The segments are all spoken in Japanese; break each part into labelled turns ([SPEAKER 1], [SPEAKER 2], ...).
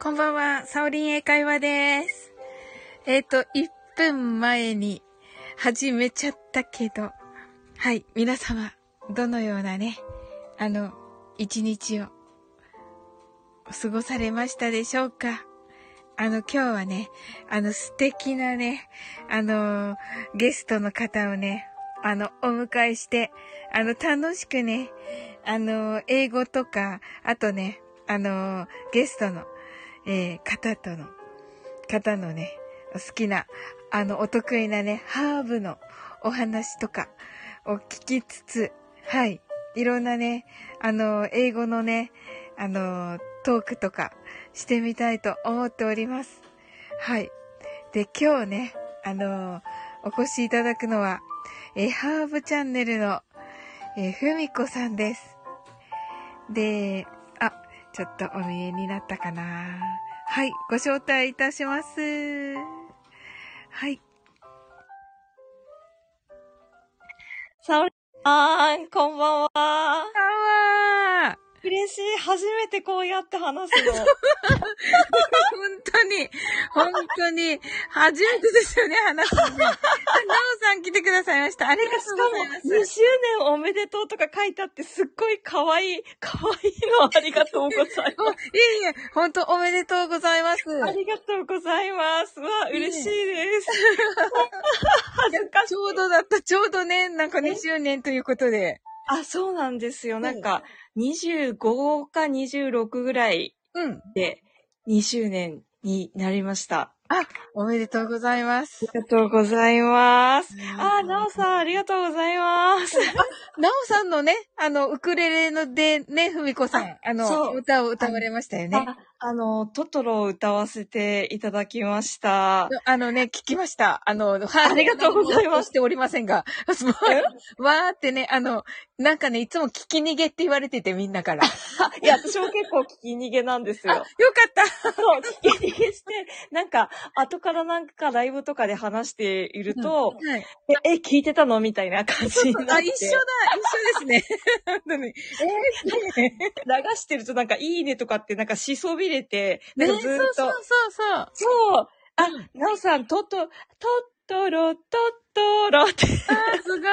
[SPEAKER 1] こんばんは、サオリン英会話です。えっ、と、1分前に始めちゃったけど、はい、皆様、どのようなね、あの、一日を過ごされましたでしょうかあの、今日はね、あの、素敵なね、あの、ゲストの方をね、あの、お迎えして、あの、楽しくね、あの、英語とか、あとね、あの、ゲストの、えー方との、方のね、好きな、あの、お得意なね、ハーブのお話とかを聞きつつ、はい、いろんなね、あの、英語のね、あの、トークとかしてみたいと思っております。はい。で、今日ね、あの、お越しいただくのは、えーハーブチャンネルの、えーふみこさんです。で、あ、ちょっとお見えになったかな。はい、ご招待いたします。はい。
[SPEAKER 2] サオリさん、こんばんは。
[SPEAKER 1] あわー
[SPEAKER 2] 嬉しい。初めてこうやって話 すの。
[SPEAKER 1] 本当に、本当に、初めてですよね、話すのね。なおさん来てくださいました。ありがと
[SPEAKER 2] し
[SPEAKER 1] う
[SPEAKER 2] か
[SPEAKER 1] ございま
[SPEAKER 2] も、2
[SPEAKER 1] す。
[SPEAKER 2] 周年おめでとうとか書いてあって、すっごい可愛い、可愛いの ありがとうござい
[SPEAKER 1] お
[SPEAKER 2] ま
[SPEAKER 1] いえいえ、本当おめでとうございます。
[SPEAKER 2] す。ありがとうございます。わ、嬉しいです。恥ずかしい
[SPEAKER 1] ち。ょうどだった、ちょうどね、なんか2周年ということで。
[SPEAKER 2] あ、そうなんですよ。なんか、25か26ぐらい
[SPEAKER 1] うん。
[SPEAKER 2] で、2周年になりました。
[SPEAKER 1] おめでとうございます。
[SPEAKER 2] ありがとうございます。あー、なおさん、ありがとうございます。
[SPEAKER 1] なおさんのね、あの、ウクレレのでね、ふみこさん、あの、
[SPEAKER 2] そう
[SPEAKER 1] 歌を歌われましたよね。
[SPEAKER 2] ああの、トトロを歌わせていただきました。
[SPEAKER 1] あのね、聞きました。あの、
[SPEAKER 2] ありがとうございます
[SPEAKER 1] す。しておりませんが、すごいわーってね、あの、なんかね、いつも聞き逃げって言われてて、みんなから。あ、
[SPEAKER 2] いや、私も結構聞き逃げなんです
[SPEAKER 1] よか
[SPEAKER 2] よ
[SPEAKER 1] っ。た。
[SPEAKER 2] そう、聞き逃げして、 なんか、後からなんかライブとかで話していると、
[SPEAKER 1] はい、
[SPEAKER 2] え、え聞いてたのみたいな感じにな
[SPEAKER 1] あ、
[SPEAKER 2] って。
[SPEAKER 1] 一緒だ、一緒ですね。本当に。
[SPEAKER 2] 流してるとなんか、いいねとかってなんかしそびれて、
[SPEAKER 1] ね、
[SPEAKER 2] なん
[SPEAKER 1] そう
[SPEAKER 2] かずっと。
[SPEAKER 1] そうそう
[SPEAKER 2] そう。あ
[SPEAKER 1] うん、
[SPEAKER 2] なおさん、トト、トトロ、トトロっ
[SPEAKER 1] そ
[SPEAKER 2] て。
[SPEAKER 1] う。すごい、イェーイ。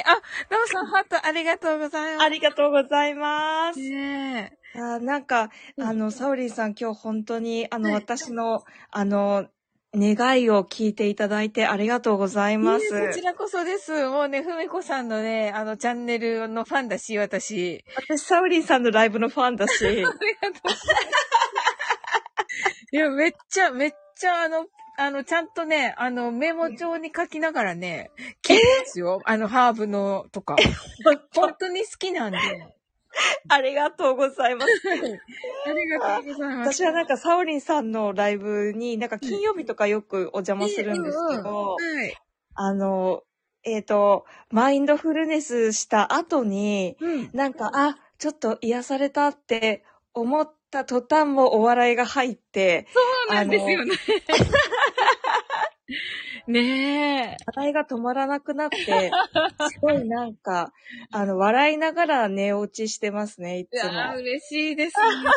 [SPEAKER 1] あ、なおさん、ハートありがとうございます。
[SPEAKER 2] ありがとうございます。
[SPEAKER 1] ね
[SPEAKER 2] いやーなんか、
[SPEAKER 1] うん
[SPEAKER 2] あの、サオリンさん今日本当に、あ
[SPEAKER 1] は
[SPEAKER 2] の、
[SPEAKER 1] い
[SPEAKER 2] 私の、あの、願いを聞いていただいてありがとうござい
[SPEAKER 1] え
[SPEAKER 2] ます。
[SPEAKER 1] こちらこそです。もうね、ふみこさんのね、あの、チャンネルのファンだし、私。
[SPEAKER 2] 私、サオリンさんのライブのファンだし、
[SPEAKER 1] ありがとうございます。いや、めっちゃ、めっちゃ、あの、あの、ちゃんとね、あの、メモ帳に書きながらね、聞いてますよ。あの、ハーブのとか。本当に好きなんで。
[SPEAKER 2] ありがとうございます。
[SPEAKER 1] ありがとうございます。
[SPEAKER 2] 私はなんか、サオリンさんのライブに、なんか、金曜日とかよくお邪魔するんですけど、
[SPEAKER 1] はい。
[SPEAKER 2] あの、えっ、と、マインドフルネスした後に、
[SPEAKER 1] うん。
[SPEAKER 2] なんか、あ、ちょっと癒されたって思った途端もお笑いが入って、
[SPEAKER 1] そうなんですよね。 ねえ。
[SPEAKER 2] 笑いが止まらな くなって、すごいなんか、あの、笑いながら寝落ちしてますね、い
[SPEAKER 1] い
[SPEAKER 2] つも。
[SPEAKER 1] やー嬉しいですね。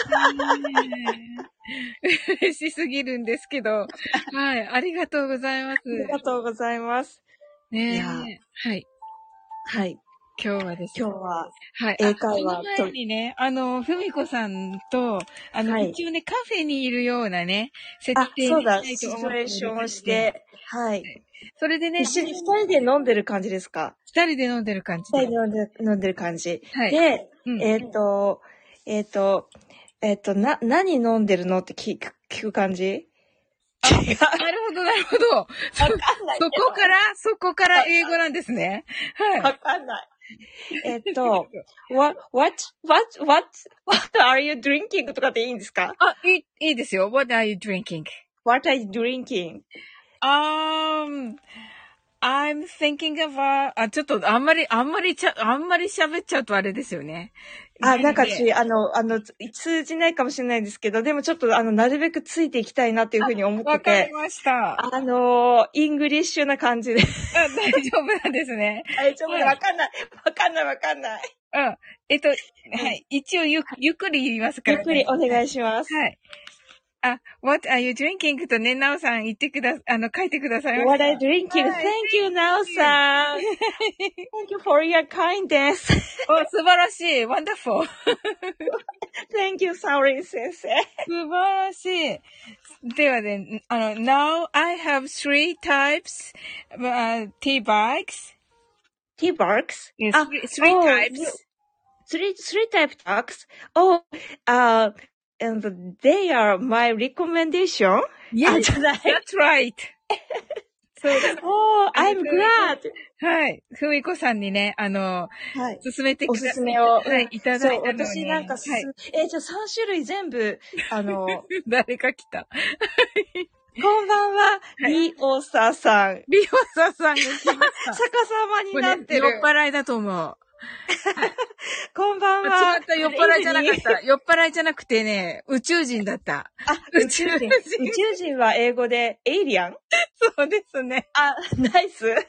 [SPEAKER 1] 嬉しすぎるんですけ ど。はい。ありがとうございます。
[SPEAKER 2] ありがとうございます。い
[SPEAKER 1] ね
[SPEAKER 2] や
[SPEAKER 1] え。はい。
[SPEAKER 2] はい。
[SPEAKER 1] 今日はですね
[SPEAKER 2] 今日は、
[SPEAKER 1] はい。
[SPEAKER 2] 英会話
[SPEAKER 1] あその前にね、あの、ふみこさんと、あの、
[SPEAKER 2] はい
[SPEAKER 1] 一応ね、カフェにいるようなね、設
[SPEAKER 2] あ、
[SPEAKER 1] 定
[SPEAKER 2] そう
[SPEAKER 1] に
[SPEAKER 2] だ、
[SPEAKER 1] し
[SPEAKER 2] シチ
[SPEAKER 1] たいと思
[SPEAKER 2] ュ
[SPEAKER 1] っており
[SPEAKER 2] エー
[SPEAKER 1] まして
[SPEAKER 2] ションして、はい。
[SPEAKER 1] それでね、
[SPEAKER 2] 一緒に二人で飲んでる感じですか
[SPEAKER 1] 二人で飲んでる感じ
[SPEAKER 2] 二
[SPEAKER 1] で
[SPEAKER 2] 人。で飲んで飲んでる感じ。
[SPEAKER 1] はい
[SPEAKER 2] で、
[SPEAKER 1] うん
[SPEAKER 2] えっ、と、えっ、と、えっ、と、な、何飲んでるのって聞く、聞く感じ違う。
[SPEAKER 1] なるほど、なるほど。そ
[SPEAKER 2] かんな
[SPEAKER 1] そこから、そこから英語なんですね。はい。
[SPEAKER 2] わかんない。えっと、what, what, what, what, what are you drinking? とかでいいんですか
[SPEAKER 1] あ、いい、いいですよ。What are you drinking?
[SPEAKER 2] ?what are you drinking?
[SPEAKER 1] Um, I'm thinking about, あ、ちょっとあんまり、あんまりちゃ、あんまり喋っちゃうとあれですよね。
[SPEAKER 2] あ、なんか
[SPEAKER 1] で
[SPEAKER 2] 私、あの、あの、つ通じないかもしれないんですけど、でもちょっと、あの、なるべくついていきたいなっていうふうに思って
[SPEAKER 1] わかり
[SPEAKER 2] て、
[SPEAKER 1] ました。あ
[SPEAKER 2] あの、イングリッシュな感じで。
[SPEAKER 1] 大丈夫なんですね。
[SPEAKER 2] 大丈夫わかんない。わかんない、わかんない。
[SPEAKER 1] うん。えっと、はい。一応ゆ、ゆっくり言いますか
[SPEAKER 2] ゆ
[SPEAKER 1] ら、
[SPEAKER 2] っくりお願いします。
[SPEAKER 1] はい。あ、what are you drinking? とね、なおさん言ってくだ、あの、書いてくださいまし
[SPEAKER 2] What
[SPEAKER 1] た。
[SPEAKER 2] are you drinking?
[SPEAKER 1] Hi,
[SPEAKER 2] Thank you, Nao-san. Thank you for your kindness.
[SPEAKER 1] お、素晴らしい。wonderful.
[SPEAKER 2] Thank you, Saurin sensei.
[SPEAKER 1] 素晴らしい。ではね、あの、now I have three types、uh, tea bags.
[SPEAKER 2] Tea barks.
[SPEAKER 1] Yes,
[SPEAKER 2] Ah,
[SPEAKER 1] three three
[SPEAKER 2] oh,
[SPEAKER 1] types.
[SPEAKER 2] you- Three, three type ducks. Oh, uh, and they are my recommendation.
[SPEAKER 1] Yes, that's right. そうです
[SPEAKER 2] Oh,
[SPEAKER 1] I'm
[SPEAKER 2] I'm
[SPEAKER 1] good.
[SPEAKER 2] glad.
[SPEAKER 1] はい。ふみこさんにね、あの、
[SPEAKER 2] はい。
[SPEAKER 1] 勧めて
[SPEAKER 2] お
[SPEAKER 1] く
[SPEAKER 2] す
[SPEAKER 1] だ
[SPEAKER 2] すめを。
[SPEAKER 1] はい、いた
[SPEAKER 2] そ、
[SPEAKER 1] だいうたのに、
[SPEAKER 2] 私なんかす、
[SPEAKER 1] はい。
[SPEAKER 2] え、じゃあ3種類全 部、あの、
[SPEAKER 1] 誰か来た。
[SPEAKER 2] こんばんは、リオサさん。
[SPEAKER 1] リオサさんが来 ました。
[SPEAKER 2] 逆さまになって
[SPEAKER 1] これ
[SPEAKER 2] る
[SPEAKER 1] ね。酔っ払いだと思う。
[SPEAKER 2] こんばん
[SPEAKER 1] あ
[SPEAKER 2] は。
[SPEAKER 1] 違った、酔っ払いじゃなかっ
[SPEAKER 2] リ
[SPEAKER 1] た。酔っ払いじゃなくてね、宇宙人だった。
[SPEAKER 2] あ、 宇宙人。宇宙人は英語でエイリアン
[SPEAKER 1] そうですね。
[SPEAKER 2] あ、ナイス。
[SPEAKER 1] ね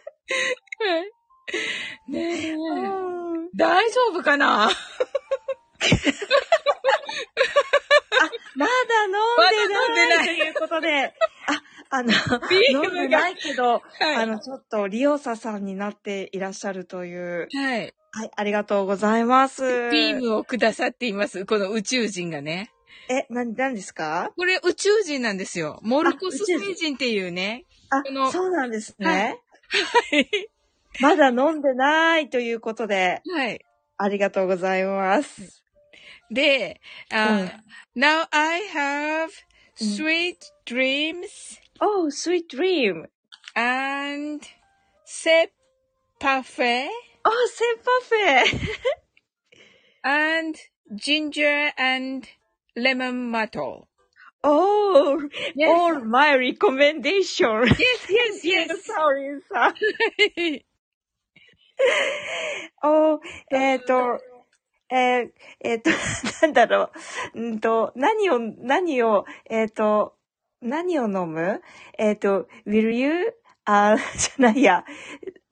[SPEAKER 1] え。
[SPEAKER 2] うん
[SPEAKER 1] 大丈夫かな
[SPEAKER 2] まだ飲んで
[SPEAKER 1] まだ飲んで
[SPEAKER 2] ない
[SPEAKER 1] ない
[SPEAKER 2] ということで、あ、あの、
[SPEAKER 1] ビー
[SPEAKER 2] 飲んで
[SPEAKER 1] ムが
[SPEAKER 2] ないけど、
[SPEAKER 1] はい
[SPEAKER 2] あの、ちょっとリオサさんになっていらっしゃるという。
[SPEAKER 1] はい。
[SPEAKER 2] はい、ありがとうございます。
[SPEAKER 1] ビームをくださっています。この宇宙人がね。
[SPEAKER 2] え、な、なんですか
[SPEAKER 1] これ宇宙人なんですよ。モルコス星人っていうね。
[SPEAKER 2] あ
[SPEAKER 1] この、
[SPEAKER 2] そうなんです
[SPEAKER 1] は
[SPEAKER 2] ね。
[SPEAKER 1] はい。
[SPEAKER 2] まだ飲んでないということで、
[SPEAKER 1] はい。
[SPEAKER 2] ありがとうございます。
[SPEAKER 1] で、あ now I have
[SPEAKER 2] うん
[SPEAKER 1] sweet dreams
[SPEAKER 2] Oh, sweet dream.
[SPEAKER 1] and se parfait
[SPEAKER 2] Oh, センパフェ。
[SPEAKER 1] and ginger and lemon myrtle.
[SPEAKER 2] Oh,
[SPEAKER 1] Yes.
[SPEAKER 2] all my recommendation.
[SPEAKER 1] Yes, yes, yes.
[SPEAKER 2] Sorry, sir. Oh, えっ、と、えーえっ、と、 なんだろう。んーと、何を、何を、えっ、と、何を飲むえっ、と、will you? あー、 じゃないや。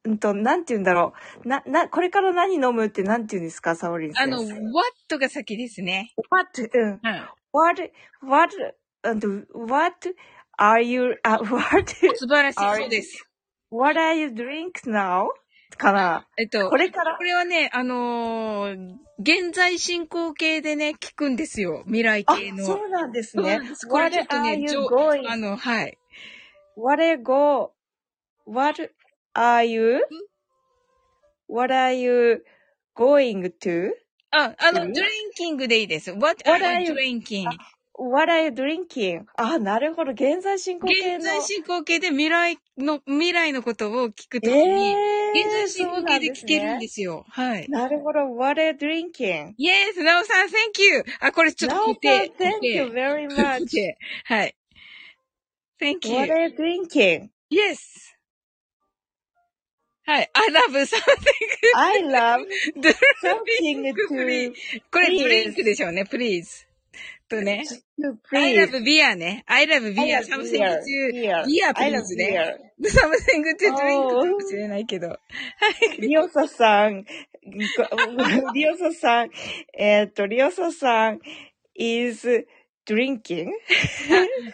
[SPEAKER 2] うんーと、なんて言うんだろう。な、な、これから何飲むってなんて言うんですか、サオリン
[SPEAKER 1] あ
[SPEAKER 2] 先生。
[SPEAKER 1] の、what が先ですね。
[SPEAKER 2] what, うん。
[SPEAKER 1] うん。
[SPEAKER 2] what, what, and what are you, あ、what,
[SPEAKER 1] 素晴らしい。
[SPEAKER 2] Are-
[SPEAKER 1] そうです。
[SPEAKER 2] what are you drink now? かな。
[SPEAKER 1] えっと、
[SPEAKER 2] これから
[SPEAKER 1] こ。れはね、あのー現在進行形でね、聞くんですよ。未来
[SPEAKER 2] あ
[SPEAKER 1] 系、の。
[SPEAKER 2] そうなんです
[SPEAKER 1] そうな
[SPEAKER 2] ね
[SPEAKER 1] んです。これ
[SPEAKER 2] What
[SPEAKER 1] ちょっと
[SPEAKER 2] are
[SPEAKER 1] ね、
[SPEAKER 2] you
[SPEAKER 1] ちょ
[SPEAKER 2] going?
[SPEAKER 1] あの、はい。
[SPEAKER 2] What are go? What are you? What are you going to?
[SPEAKER 1] あ、あの、
[SPEAKER 2] うん
[SPEAKER 1] ドリンキングでいいです。What
[SPEAKER 2] What
[SPEAKER 1] are
[SPEAKER 2] are
[SPEAKER 1] you
[SPEAKER 2] you-
[SPEAKER 1] drinking?
[SPEAKER 2] What are you drinking? あ、なるほど。現在進行形の。
[SPEAKER 1] 現在進行形で未来の、未来のことを聞くときに、
[SPEAKER 2] え
[SPEAKER 1] 現
[SPEAKER 2] ー、
[SPEAKER 1] 在進
[SPEAKER 2] そう
[SPEAKER 1] 行形
[SPEAKER 2] なん
[SPEAKER 1] で
[SPEAKER 2] です
[SPEAKER 1] 聞けるん
[SPEAKER 2] ね
[SPEAKER 1] で。すよ。はい。
[SPEAKER 2] なるほど。What are you drinking?
[SPEAKER 1] Yes, なおさん、thank you! あ、これちょっと聞い
[SPEAKER 2] Now,
[SPEAKER 1] て
[SPEAKER 2] sir,。thank you
[SPEAKER 1] 聞いて聞
[SPEAKER 2] very
[SPEAKER 1] い
[SPEAKER 2] much.
[SPEAKER 1] てはい。Thank
[SPEAKER 2] What
[SPEAKER 1] you.
[SPEAKER 2] are you drinking?
[SPEAKER 1] Yes. はい。I love something
[SPEAKER 2] I love
[SPEAKER 1] drink
[SPEAKER 2] something to,
[SPEAKER 1] free. これ
[SPEAKER 2] Please.
[SPEAKER 1] ドリンクでしょうね。please. とね。
[SPEAKER 2] to
[SPEAKER 1] I
[SPEAKER 2] please.
[SPEAKER 1] love beer ね。I love beer.
[SPEAKER 2] I love
[SPEAKER 1] something
[SPEAKER 2] beer.
[SPEAKER 1] to
[SPEAKER 2] Beer.
[SPEAKER 1] beer
[SPEAKER 2] I love
[SPEAKER 1] please ね。
[SPEAKER 2] beer.
[SPEAKER 1] サムセングってドリンクかもしれないけど。
[SPEAKER 2] リオサさん、 ごリオサさん、えっ、と、リオサさん is drinking?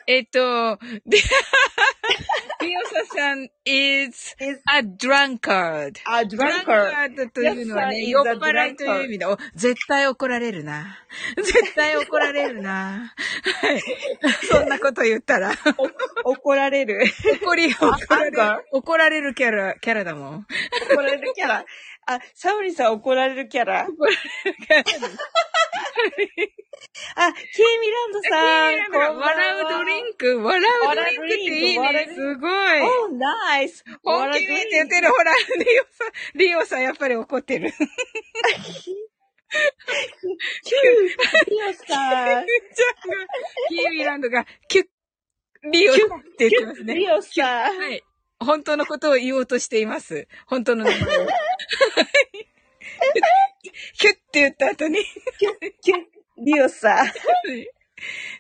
[SPEAKER 1] えっと、で、 リオサさん is
[SPEAKER 2] is
[SPEAKER 1] a drunkard.
[SPEAKER 2] a drunker.
[SPEAKER 1] というのはね、
[SPEAKER 2] Yes,
[SPEAKER 1] 酔っ
[SPEAKER 2] sir, is a
[SPEAKER 1] 払いという意味で、お絶対怒られる な。絶対怒られるな。 はい。そんなこと言ったら、
[SPEAKER 2] 怒られる。
[SPEAKER 1] 怒り、怒られ
[SPEAKER 2] あ
[SPEAKER 1] る、怒られるキャラ、キャラだもん。
[SPEAKER 2] 怒られるキャラ。あ、サウリさん怒られるキャラ。あ、キー ミランドさん。こんばんは
[SPEAKER 1] 笑うドリンク、笑うドリンクっていい
[SPEAKER 2] 笑
[SPEAKER 1] ね。
[SPEAKER 2] うドリン
[SPEAKER 1] す
[SPEAKER 2] ク
[SPEAKER 1] ごい。
[SPEAKER 2] Oh, nice.
[SPEAKER 1] 本気でって言ってる。ほら、リオさん、リオさんやっぱり怒って る。
[SPEAKER 2] キューリオさん。
[SPEAKER 1] ちゃんが、キーミランドが、キュッ、リオって言ってますね。
[SPEAKER 2] リオさん。
[SPEAKER 1] はい。本当のことを言おうとしています。本当の名前を。はいキュッキュッって言った後に。
[SPEAKER 2] キューリオさん。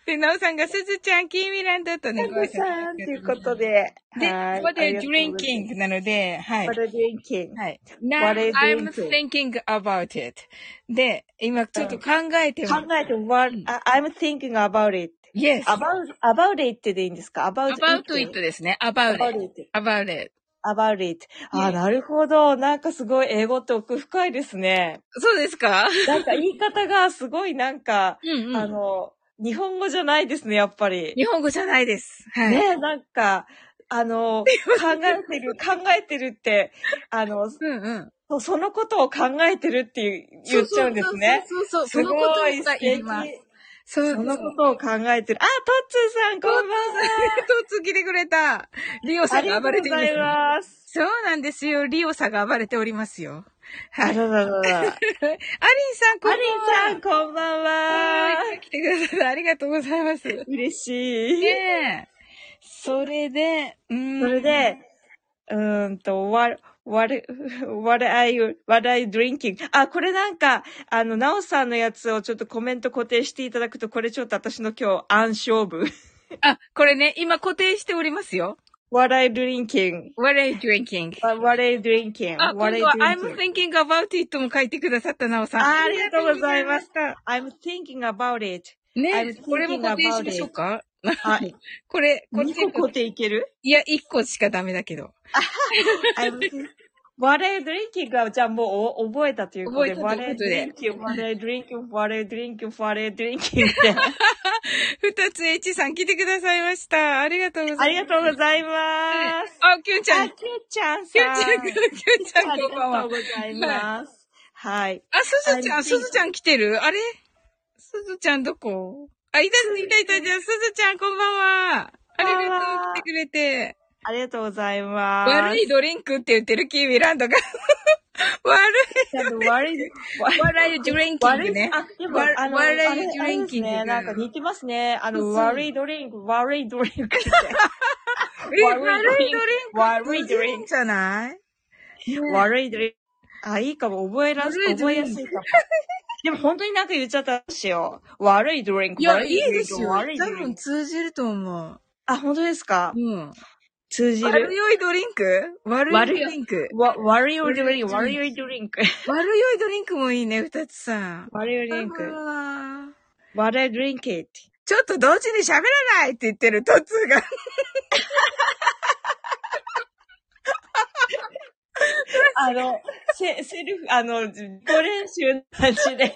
[SPEAKER 1] で、なおさんが、すずちゃん、キーミランドとね、
[SPEAKER 2] サン
[SPEAKER 1] ご挨
[SPEAKER 2] ド
[SPEAKER 1] 拶
[SPEAKER 2] さん、ということで。
[SPEAKER 1] で、
[SPEAKER 2] はい
[SPEAKER 1] ここで、ドリン
[SPEAKER 2] ン
[SPEAKER 1] キングなので、はい
[SPEAKER 2] こ。れドリンキング。
[SPEAKER 1] はい。
[SPEAKER 2] What
[SPEAKER 1] Now,
[SPEAKER 2] is
[SPEAKER 1] I'm
[SPEAKER 2] drinking?
[SPEAKER 1] thinking about it. で、今ちょっと考えてます。
[SPEAKER 2] 考えて、what, I- I'm thinking about it.
[SPEAKER 1] Yes.
[SPEAKER 2] about, about it でいいんですか ?about
[SPEAKER 1] About it ですね。About
[SPEAKER 2] About
[SPEAKER 1] it.
[SPEAKER 2] it.
[SPEAKER 1] About it.
[SPEAKER 2] about it. あ、
[SPEAKER 1] Yes.
[SPEAKER 2] なるほど。なんかすごい英語って奥深いですね。
[SPEAKER 1] そうですか
[SPEAKER 2] なんか言い方がすごいなんか、
[SPEAKER 1] うんう
[SPEAKER 2] あ
[SPEAKER 1] ん。
[SPEAKER 2] の、日本語じゃないですね、やっぱり。
[SPEAKER 1] 日本語じゃないです。はい。
[SPEAKER 2] ねえ、なんか、あの、考えてる、考えてるって、あの、
[SPEAKER 1] うんうん。
[SPEAKER 2] そそのことを考えてるっていう言っちゃうんですね。
[SPEAKER 1] そうそうそう。
[SPEAKER 2] す
[SPEAKER 1] そのこと
[SPEAKER 2] ごい
[SPEAKER 1] が
[SPEAKER 2] 素
[SPEAKER 1] 言い
[SPEAKER 2] 敵。
[SPEAKER 1] ます。そう。
[SPEAKER 2] そ
[SPEAKER 1] そ
[SPEAKER 2] の
[SPEAKER 1] の
[SPEAKER 2] こ
[SPEAKER 1] こと
[SPEAKER 2] を考えてる。あ、トッツーさん、こん ばん
[SPEAKER 1] と来てくれた。リオ
[SPEAKER 2] は。あ
[SPEAKER 1] さん
[SPEAKER 2] り
[SPEAKER 1] が暴
[SPEAKER 2] がとう
[SPEAKER 1] れ
[SPEAKER 2] ご
[SPEAKER 1] ていい
[SPEAKER 2] ざ
[SPEAKER 1] です
[SPEAKER 2] い
[SPEAKER 1] ね。
[SPEAKER 2] ます。
[SPEAKER 1] そうなんですよ。リオさんが暴れておりますよ。は
[SPEAKER 2] あ
[SPEAKER 1] い。
[SPEAKER 2] ら ららら。アリ
[SPEAKER 1] ア
[SPEAKER 2] ン
[SPEAKER 1] リンさん、こんばんは。
[SPEAKER 2] さん、こんばんは。
[SPEAKER 1] はい。来てくださってありがとうございます。ね
[SPEAKER 2] 嬉しい。
[SPEAKER 1] え。それで、うーん。
[SPEAKER 2] それで、うーんと、what, what, what are you, what are you drinking? あ、これなんか、あの、なおさんのやつをちょっとコメント固定していただくと、これちょっと私の今日、暗勝負。
[SPEAKER 1] あ、これね、今固定しておりますよ。
[SPEAKER 2] what are you drinking?
[SPEAKER 1] What are you drinking?
[SPEAKER 2] What what are you drinking?
[SPEAKER 1] あ、今
[SPEAKER 2] What are
[SPEAKER 1] 度
[SPEAKER 2] you
[SPEAKER 1] は
[SPEAKER 2] drinking?
[SPEAKER 1] I'm thinking about it も書いてくださったなおさん。
[SPEAKER 2] あありがとうございま
[SPEAKER 1] し
[SPEAKER 2] す。I'm thinking about it.
[SPEAKER 1] た。ね
[SPEAKER 2] I'm
[SPEAKER 1] これも固定しましょうか
[SPEAKER 2] あ、
[SPEAKER 1] これ、こっ
[SPEAKER 2] 2
[SPEAKER 1] ち
[SPEAKER 2] 個固定い ける
[SPEAKER 1] いや、1個しかダメだけど。
[SPEAKER 2] I'm think- What are you drinking? はじゃあもうお覚えたということで。
[SPEAKER 1] 覚えたという
[SPEAKER 2] What are you drinking? What are you drinking? What are you drinking? What are you drinking? って
[SPEAKER 1] 二つ H さん来てくださいました。ありがとうございます。
[SPEAKER 2] ありがとうござい
[SPEAKER 1] は
[SPEAKER 2] ま
[SPEAKER 1] い
[SPEAKER 2] す。
[SPEAKER 1] あ、きゅんちゃ
[SPEAKER 2] あ、
[SPEAKER 1] ん。
[SPEAKER 2] きゅうちゃん
[SPEAKER 1] きゅ
[SPEAKER 2] さ
[SPEAKER 1] ん
[SPEAKER 2] ん。
[SPEAKER 1] ちゃん、きゅんちゃ
[SPEAKER 2] あ
[SPEAKER 1] ん、こ
[SPEAKER 2] り
[SPEAKER 1] んばん
[SPEAKER 2] がと
[SPEAKER 1] は
[SPEAKER 2] う。ございます。はい。
[SPEAKER 1] あ、すずちゃ
[SPEAKER 2] I'm
[SPEAKER 1] ん、すずちゃん来てるあれすずちゃんどこあ、いた、いた、いた、いた、すずちゃんこんばんは。あり
[SPEAKER 2] こん
[SPEAKER 1] が
[SPEAKER 2] ばん
[SPEAKER 1] と
[SPEAKER 2] は
[SPEAKER 1] う、来てくれて。
[SPEAKER 2] ありがとうございます。
[SPEAKER 1] 悪いドリンクって言ってるキーミランド が。悪
[SPEAKER 2] 多分悪い。
[SPEAKER 1] い。悪いドリンキン
[SPEAKER 2] 悪
[SPEAKER 1] グ
[SPEAKER 2] い、
[SPEAKER 1] ね。
[SPEAKER 2] あ、でも、
[SPEAKER 1] わ
[SPEAKER 2] あの、
[SPEAKER 1] 悪い
[SPEAKER 2] あれ
[SPEAKER 1] ドリンキング
[SPEAKER 2] あれですね。なんか似てますね。
[SPEAKER 1] そ
[SPEAKER 2] あ
[SPEAKER 1] う
[SPEAKER 2] の、
[SPEAKER 1] そう
[SPEAKER 2] 悪いドリンク、悪いドリンク。
[SPEAKER 1] え悪いドリンク。
[SPEAKER 2] 悪いドリン
[SPEAKER 1] じゃない
[SPEAKER 2] ク。悪いドリンク。あ、いいかも。覚えらす、
[SPEAKER 1] 悪いド
[SPEAKER 2] 覚え
[SPEAKER 1] リン
[SPEAKER 2] や
[SPEAKER 1] ク
[SPEAKER 2] すいかも。でも本当になんか言っちゃったらどうしよう。悪いドリンク、
[SPEAKER 1] いや、
[SPEAKER 2] 悪
[SPEAKER 1] い
[SPEAKER 2] い
[SPEAKER 1] い
[SPEAKER 2] ドリ
[SPEAKER 1] で
[SPEAKER 2] ンク、
[SPEAKER 1] すよ。
[SPEAKER 2] 悪いド
[SPEAKER 1] 多
[SPEAKER 2] リン
[SPEAKER 1] 分
[SPEAKER 2] ク。
[SPEAKER 1] 通じると思う。
[SPEAKER 2] あ、本当ですか
[SPEAKER 1] うん。
[SPEAKER 2] 通じ
[SPEAKER 1] 悪
[SPEAKER 2] る
[SPEAKER 1] 酔いドリンク悪酔いドリンク。
[SPEAKER 2] わ、悪いドリンク、
[SPEAKER 1] 悪
[SPEAKER 2] 悪
[SPEAKER 1] い
[SPEAKER 2] いドリンク。
[SPEAKER 1] 悪酔いドリンクもいいね、二つさん。
[SPEAKER 2] 悪いドリンク。
[SPEAKER 1] あー
[SPEAKER 2] 悪いドリンクって。
[SPEAKER 1] ちょっと同時に喋らないって言ってる、トッツーが。
[SPEAKER 2] あの、セ、セルフ、あの、自己練習の感じで。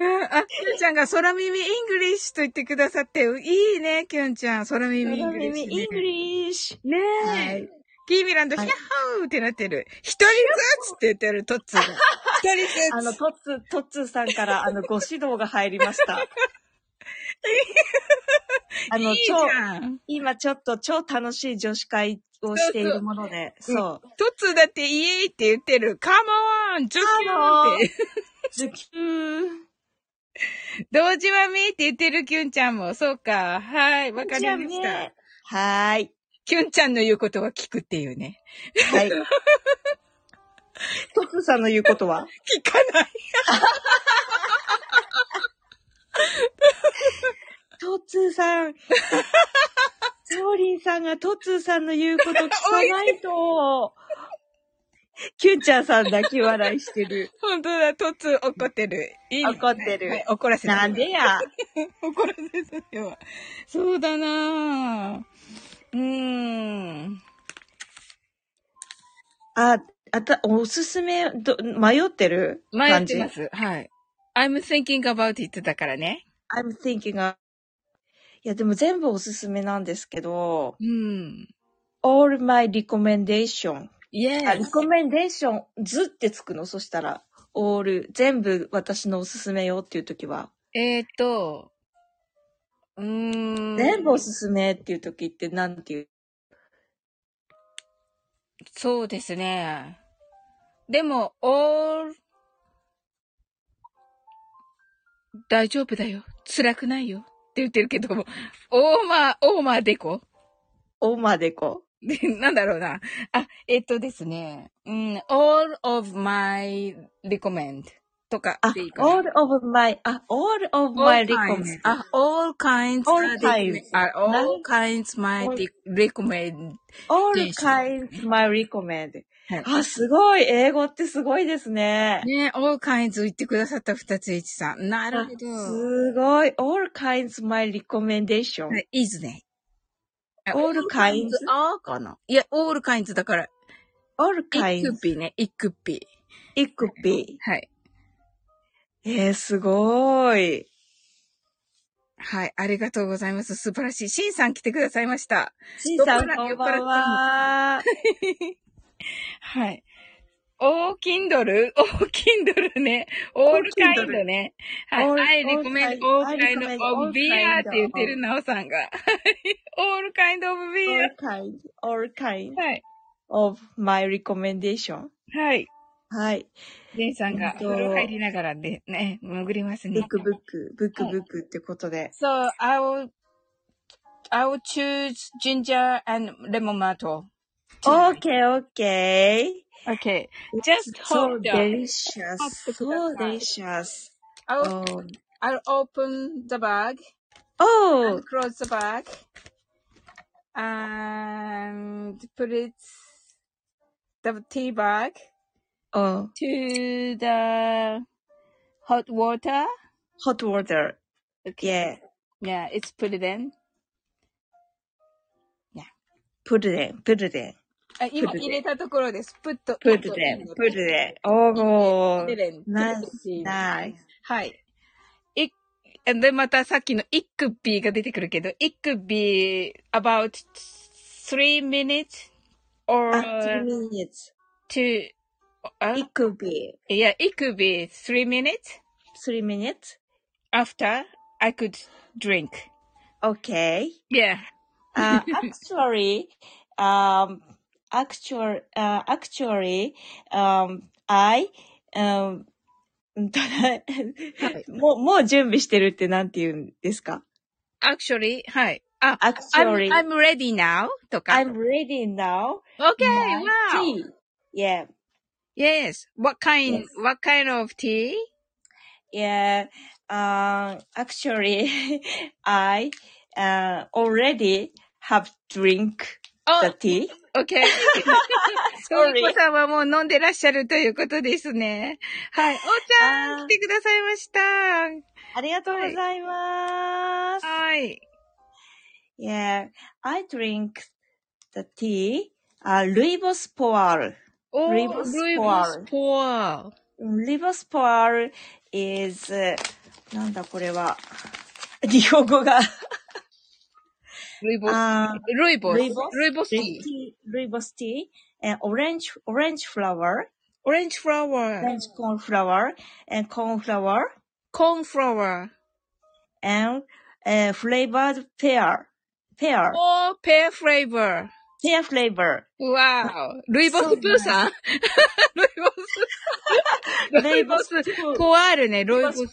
[SPEAKER 1] うんあ、キュンちゃんが空耳イングリッシュと言ってくださって、いいね、キュンちゃん。空耳イングリッシュ、
[SPEAKER 2] イングリッシュ。
[SPEAKER 1] ねえ。
[SPEAKER 2] はい
[SPEAKER 1] キーミランド、ヒ
[SPEAKER 2] は
[SPEAKER 1] ャ
[SPEAKER 2] い
[SPEAKER 1] ッホーってなってる。一人ずつって言ってる、トッツーが。一人ずつ。
[SPEAKER 2] あの、トッツー、トッツーさんから、あの、ご指導が入りま した。あの、
[SPEAKER 1] いいじ
[SPEAKER 2] 超、
[SPEAKER 1] ゃん。
[SPEAKER 2] 今ちょっと超楽しい女子会をしているもので、
[SPEAKER 1] そう
[SPEAKER 2] そう。
[SPEAKER 1] トッツーだってイエーイって言ってる。カモーンジョキューンって。
[SPEAKER 2] ズキュー。
[SPEAKER 1] 同時はみーって言ってるキュンちゃんも。そうか。はい。わかりまし
[SPEAKER 2] じゃ
[SPEAKER 1] た。
[SPEAKER 2] あね。はーい。
[SPEAKER 1] キュンちゃんの言うことは聞くっていうね。
[SPEAKER 2] はい。トッツーさんの言うことは
[SPEAKER 1] 聞かない。
[SPEAKER 2] トッツーさん。サオリンさんがトッツーさんの言うこと聞かないと。 キュンちゃんさん泣き笑いしてる。
[SPEAKER 1] 本当だ、トッツー怒ってる。いい
[SPEAKER 2] 怒ってる
[SPEAKER 1] はい怒らせて。
[SPEAKER 2] なんでや。
[SPEAKER 1] 怒らせてよそうだなぁ。うーん。
[SPEAKER 2] あ、あた、おすすめ、ど、迷ってる
[SPEAKER 1] 迷っ
[SPEAKER 2] 感
[SPEAKER 1] て
[SPEAKER 2] じ
[SPEAKER 1] ます。はい。I'm thinking about it だからね。
[SPEAKER 2] I'm thinking of... いや、でも全部おすすめなんですけど、
[SPEAKER 1] うん。
[SPEAKER 2] all my recommendation. あ、
[SPEAKER 1] Yes.
[SPEAKER 2] recommendation ずってつくのそしたら、all 全部私のおすすめよっていう時は、
[SPEAKER 1] えー、っと、うーん。
[SPEAKER 2] 全部おすすめっていう時ってなんていう
[SPEAKER 1] そうですね。でも、all 大丈夫だよ。辛くないよ。って言ってるけども、 オーマー、オーマーデコ
[SPEAKER 2] おまでこ
[SPEAKER 1] で、 なんだろうな。あ、えっとですね。うん、all of my recommend. とか
[SPEAKER 2] あ
[SPEAKER 1] でいい、かな。
[SPEAKER 2] all of my, あ、all of my recommend.
[SPEAKER 1] あ、all kinds
[SPEAKER 2] All
[SPEAKER 1] are
[SPEAKER 2] kinds.
[SPEAKER 1] recommend- あ all kinds my
[SPEAKER 2] All-
[SPEAKER 1] recommend.
[SPEAKER 2] all
[SPEAKER 1] 電子の
[SPEAKER 2] kinds my recommend.
[SPEAKER 1] はい
[SPEAKER 2] あ、すごい。英語ってすごいですね。
[SPEAKER 1] ね、all kinds 言ってくださった二つ一さん。なるほど。は
[SPEAKER 2] すごい。all kinds my recommendation.
[SPEAKER 1] い、いいですね。あ
[SPEAKER 2] all kinds?
[SPEAKER 1] all かないや、all kinds だから、
[SPEAKER 2] all
[SPEAKER 1] it could
[SPEAKER 2] kinds.
[SPEAKER 1] be ね、it could be。
[SPEAKER 2] it could be.
[SPEAKER 1] はい。
[SPEAKER 2] えー、すごい。
[SPEAKER 1] はい、ありがとうございます。素晴らしい。シンさん来てくださいました。
[SPEAKER 2] しんさ
[SPEAKER 1] 酔っ
[SPEAKER 2] ん、こ
[SPEAKER 1] 払っ
[SPEAKER 2] んばんは。
[SPEAKER 1] はい。オーキンドルオーキンドルね。オールカインドね。はい。
[SPEAKER 2] All-
[SPEAKER 1] アイリコメンドオ
[SPEAKER 2] all
[SPEAKER 1] ール
[SPEAKER 2] kind-
[SPEAKER 1] カインド
[SPEAKER 2] all kind
[SPEAKER 1] オブビアーって言ってる
[SPEAKER 2] all-
[SPEAKER 1] なおさんが。 はいオールカインドオブビア
[SPEAKER 2] all kinds, all
[SPEAKER 1] ー。
[SPEAKER 2] kinds
[SPEAKER 1] はい。
[SPEAKER 2] of my recommendation.
[SPEAKER 1] はい。
[SPEAKER 2] はい。
[SPEAKER 1] レンさんが
[SPEAKER 2] 本当
[SPEAKER 1] 風呂入りながらでね、潜ります
[SPEAKER 2] ブ
[SPEAKER 1] ね
[SPEAKER 2] ッ。クブック、ブックブックってことで。
[SPEAKER 1] So, I will, I will choose ginger and lemon myrtle.
[SPEAKER 2] okay, okay.
[SPEAKER 1] Okay. Just
[SPEAKER 2] so
[SPEAKER 1] hold the,
[SPEAKER 2] delicious.
[SPEAKER 1] ほ
[SPEAKER 2] So
[SPEAKER 1] っとください
[SPEAKER 2] delicious.
[SPEAKER 1] I'll,
[SPEAKER 2] Oh,
[SPEAKER 1] I'll open the bag.
[SPEAKER 2] oh,
[SPEAKER 1] and close the bag and put it the tea bag
[SPEAKER 2] oh,
[SPEAKER 1] to the hot water.
[SPEAKER 2] hot water. Yeah,
[SPEAKER 1] Yeah, it's put it in.
[SPEAKER 2] put it in, put it in,
[SPEAKER 1] あ今
[SPEAKER 2] Put it in.
[SPEAKER 1] 入れたところです。put it
[SPEAKER 2] put it in, put it in. Oh,
[SPEAKER 1] put it in.
[SPEAKER 2] nice,
[SPEAKER 1] Put it in.
[SPEAKER 2] nice.
[SPEAKER 1] はい。いで、またさっきの it could be が出てくるけど、it could be about three minutes
[SPEAKER 2] あ、
[SPEAKER 1] or
[SPEAKER 2] three minutes.
[SPEAKER 1] two, あ
[SPEAKER 2] It could be
[SPEAKER 1] Yeah, it could be three minutes
[SPEAKER 2] three minutes.
[SPEAKER 1] after I could drink.
[SPEAKER 2] Okay.
[SPEAKER 1] Yeah.
[SPEAKER 2] Uh, actually, um, actual, uh, actually, um, I, um, うんとねもう、もう準備してるってなんて言うんですか
[SPEAKER 1] Actually, はい。あ、I'm,
[SPEAKER 2] ?actually,
[SPEAKER 1] I'm ready now とか。
[SPEAKER 2] I'm ready now.
[SPEAKER 1] okay,
[SPEAKER 2] my
[SPEAKER 1] wow.
[SPEAKER 2] tea. Yeah,
[SPEAKER 1] Yes. What kind,
[SPEAKER 2] Yes.
[SPEAKER 1] what kind of tea?
[SPEAKER 2] yeah. Um, actually, I, uh, already have drink the
[SPEAKER 1] Oh,
[SPEAKER 2] tea.
[SPEAKER 1] okay. とみ
[SPEAKER 2] Sorry.
[SPEAKER 1] こさんはもう飲んでらっしゃるということですね。はい。おーちゃ
[SPEAKER 2] あー
[SPEAKER 1] ん、来てくださいました。
[SPEAKER 2] ありがとうございます。
[SPEAKER 1] はい。
[SPEAKER 2] Yeah, I drink the tea. Uh, Ribospor.
[SPEAKER 1] おー、
[SPEAKER 2] Rivers
[SPEAKER 1] ルイボスポア。
[SPEAKER 2] Ribospor is, uh, なんだこれは。 日本語が。
[SPEAKER 1] ルイボス。
[SPEAKER 2] あ
[SPEAKER 1] ルイボス。
[SPEAKER 2] ルイボス
[SPEAKER 1] ルイボスティー。
[SPEAKER 2] Ah. Uh, tea, Ribos tea, and orange, orange flower,
[SPEAKER 1] オレンジフラワー。
[SPEAKER 2] orange corn flower, and corn flower,
[SPEAKER 1] コーンフラワー。
[SPEAKER 2] and uh, flavored pear, pear,
[SPEAKER 1] おー、ペアフレーバー。
[SPEAKER 2] pear flavor.
[SPEAKER 1] わー。ルイボスプーさんルイボス。 ルイボス。
[SPEAKER 2] Ribospor.
[SPEAKER 1] コアールね、ルイボス。
[SPEAKER 2] Ribospor.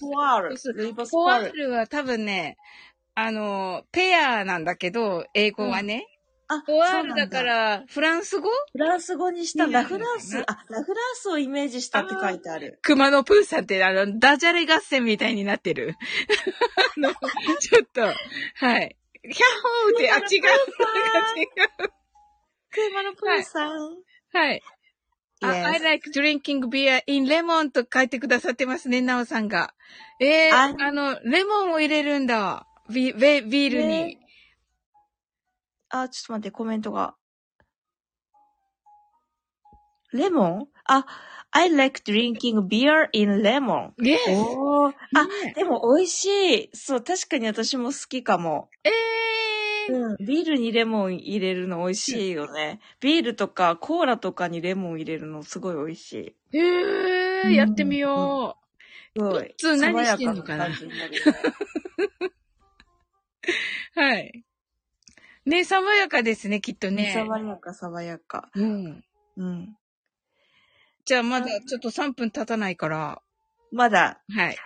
[SPEAKER 1] コア
[SPEAKER 2] Ribospor.
[SPEAKER 1] ールは多分ね、あの、ペアなんだけど、英語はね。
[SPEAKER 2] あ、
[SPEAKER 1] コア
[SPEAKER 2] そ
[SPEAKER 1] ー
[SPEAKER 2] う
[SPEAKER 1] ル
[SPEAKER 2] な
[SPEAKER 1] だ
[SPEAKER 2] ん
[SPEAKER 1] か
[SPEAKER 2] だ。
[SPEAKER 1] ら、フランス語
[SPEAKER 2] フランス語にした
[SPEAKER 1] に
[SPEAKER 2] ラ
[SPEAKER 1] なる
[SPEAKER 2] フ
[SPEAKER 1] のか
[SPEAKER 2] ラ
[SPEAKER 1] な
[SPEAKER 2] ンス、あ、ラフランスをイメージしたって書いてある。
[SPEAKER 1] 熊野プーさんって、あの、ダジャレ合戦みたいになって る。あの、ちょっと、はい。キャッホー って、あ、違う。なんか違う。
[SPEAKER 2] 車のプーさん。
[SPEAKER 1] はい。あ I
[SPEAKER 2] Yes.
[SPEAKER 1] like drinking beer in lemon と書いてくださってますね、なおさんが。えー、あ
[SPEAKER 2] I-
[SPEAKER 1] の、レモンを入れるんだ。ビビビールに
[SPEAKER 2] ね。あ、ちょっと待って、コメントが。レモンあ、I like drinking beer in lemon.
[SPEAKER 1] Yes!
[SPEAKER 2] おー。あ、
[SPEAKER 1] ね
[SPEAKER 2] でも美味しい。そう、確かに私も好きかも。
[SPEAKER 1] えー、
[SPEAKER 2] うん。ビールにレモン入れるの美味しいよね。ビールとかコーラとかにレモン入れるのすごい美味しい。
[SPEAKER 1] えー、やってみよ
[SPEAKER 2] すごい。
[SPEAKER 1] つ何してんのかな
[SPEAKER 2] 爽やな感じになるよね
[SPEAKER 1] う。はい。ね、爽やかですね、きっと ね。
[SPEAKER 2] 爽やか、爽やか。
[SPEAKER 1] うん。
[SPEAKER 2] うん。
[SPEAKER 1] じゃあ、まだちょっと3分経たないから。
[SPEAKER 2] まだ、
[SPEAKER 1] はい。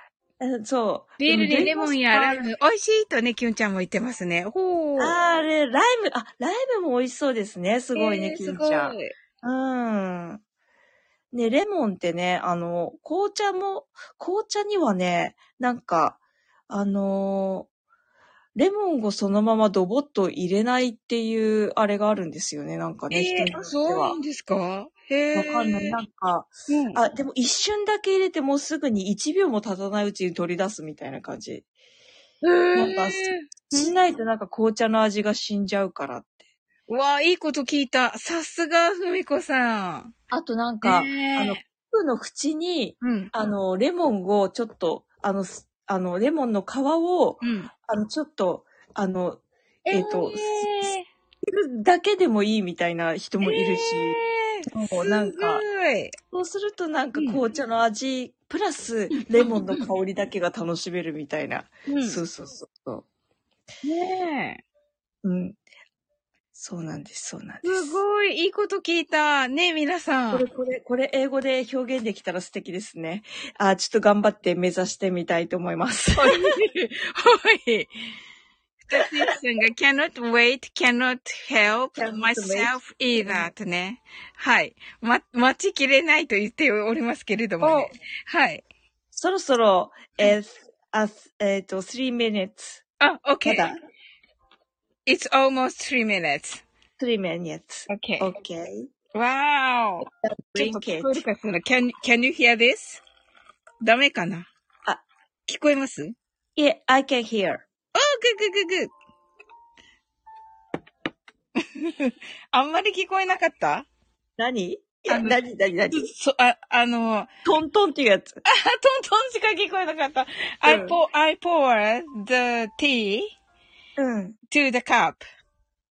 [SPEAKER 2] うんそう。
[SPEAKER 1] ビールにレモンやライ
[SPEAKER 2] ム。
[SPEAKER 1] ム、美味しいとね、きゅんちゃんも言ってますね。ほー。
[SPEAKER 2] あーあれ、ライム、あ、ライムも美味しそうですね。すごい
[SPEAKER 1] え
[SPEAKER 2] ね、
[SPEAKER 1] ー
[SPEAKER 2] キ
[SPEAKER 1] す
[SPEAKER 2] ン
[SPEAKER 1] ご
[SPEAKER 2] ちゃ
[SPEAKER 1] い。
[SPEAKER 2] ん。うん。ね、レモンってね、あの、紅茶も、紅茶にはね、なんか、あのーレモンをそのままドボッと入れないっていうあれがあるんですよね、なんかね、人によって
[SPEAKER 1] そう
[SPEAKER 2] は
[SPEAKER 1] なんですかへえ。
[SPEAKER 2] わかんない。なんか、
[SPEAKER 1] うん
[SPEAKER 2] あ、でも一瞬だけ入れてもうすぐに1秒も経たないうちに取り出すみたいな感じ。
[SPEAKER 1] へ
[SPEAKER 2] なんかしないとなんか紅茶の味が死んじゃうからって。
[SPEAKER 1] ーわあ、いいこと聞いた。さすが、ふみこさん。
[SPEAKER 2] あとなんか、
[SPEAKER 1] ねえ
[SPEAKER 2] あの、僕の口に、
[SPEAKER 1] うん。
[SPEAKER 2] あの、レモンをちょっと、あの、すあの、レモンの皮を、
[SPEAKER 1] うん。
[SPEAKER 2] あの、ちょっと、あの、えっと
[SPEAKER 1] え
[SPEAKER 2] だけでもいいみたいな人
[SPEAKER 1] ー
[SPEAKER 2] もいるし、もうなんか、
[SPEAKER 1] すごい。
[SPEAKER 2] そうするとなんか
[SPEAKER 1] うん
[SPEAKER 2] 紅茶の味、プラスレモンの香りだけが楽しめるみたいな。
[SPEAKER 1] うん
[SPEAKER 2] そうそうそうそ
[SPEAKER 1] ね
[SPEAKER 2] う。うん。そうなんです、そうなん
[SPEAKER 1] え。
[SPEAKER 2] です。
[SPEAKER 1] すごい、いいこと聞いた。ねえ、皆さ
[SPEAKER 2] これ、
[SPEAKER 1] ん。
[SPEAKER 2] これ、これ、英語で表現できたら素敵ですね。あー、ちょっと頑張って目指してみたいと思います。
[SPEAKER 1] はい。二つ一さんが cannot wait, cannot help
[SPEAKER 2] Cannot wait.
[SPEAKER 1] myself either とね。はい。ま、待ちきれないと言っておりますけれどもね。はい。
[SPEAKER 2] そろそろ、えーあ、えっ、と、3 minutes。
[SPEAKER 1] あ、
[SPEAKER 2] ま
[SPEAKER 1] OK。
[SPEAKER 2] だ、
[SPEAKER 1] It's almost three minutes.
[SPEAKER 2] 3 minutes.
[SPEAKER 1] Okay.
[SPEAKER 2] Okay.
[SPEAKER 1] Wow. ちょっと
[SPEAKER 2] Drink
[SPEAKER 1] 聞
[SPEAKER 2] it.
[SPEAKER 1] こえるかしら can, can you hear this? ダメかな
[SPEAKER 2] あ
[SPEAKER 1] 聞こえます ?Oh,
[SPEAKER 2] Yeah, I can hear.
[SPEAKER 1] good, good, good, good. あんまり聞こえなかった
[SPEAKER 2] 何い
[SPEAKER 1] あ
[SPEAKER 2] や、
[SPEAKER 1] の
[SPEAKER 2] 何、何、何
[SPEAKER 1] そ、あ、あの、
[SPEAKER 2] トントンっていうやつ。
[SPEAKER 1] あ、トントンしか聞こえなかった。I pour, I pour the tea
[SPEAKER 2] うん。
[SPEAKER 1] to the cup.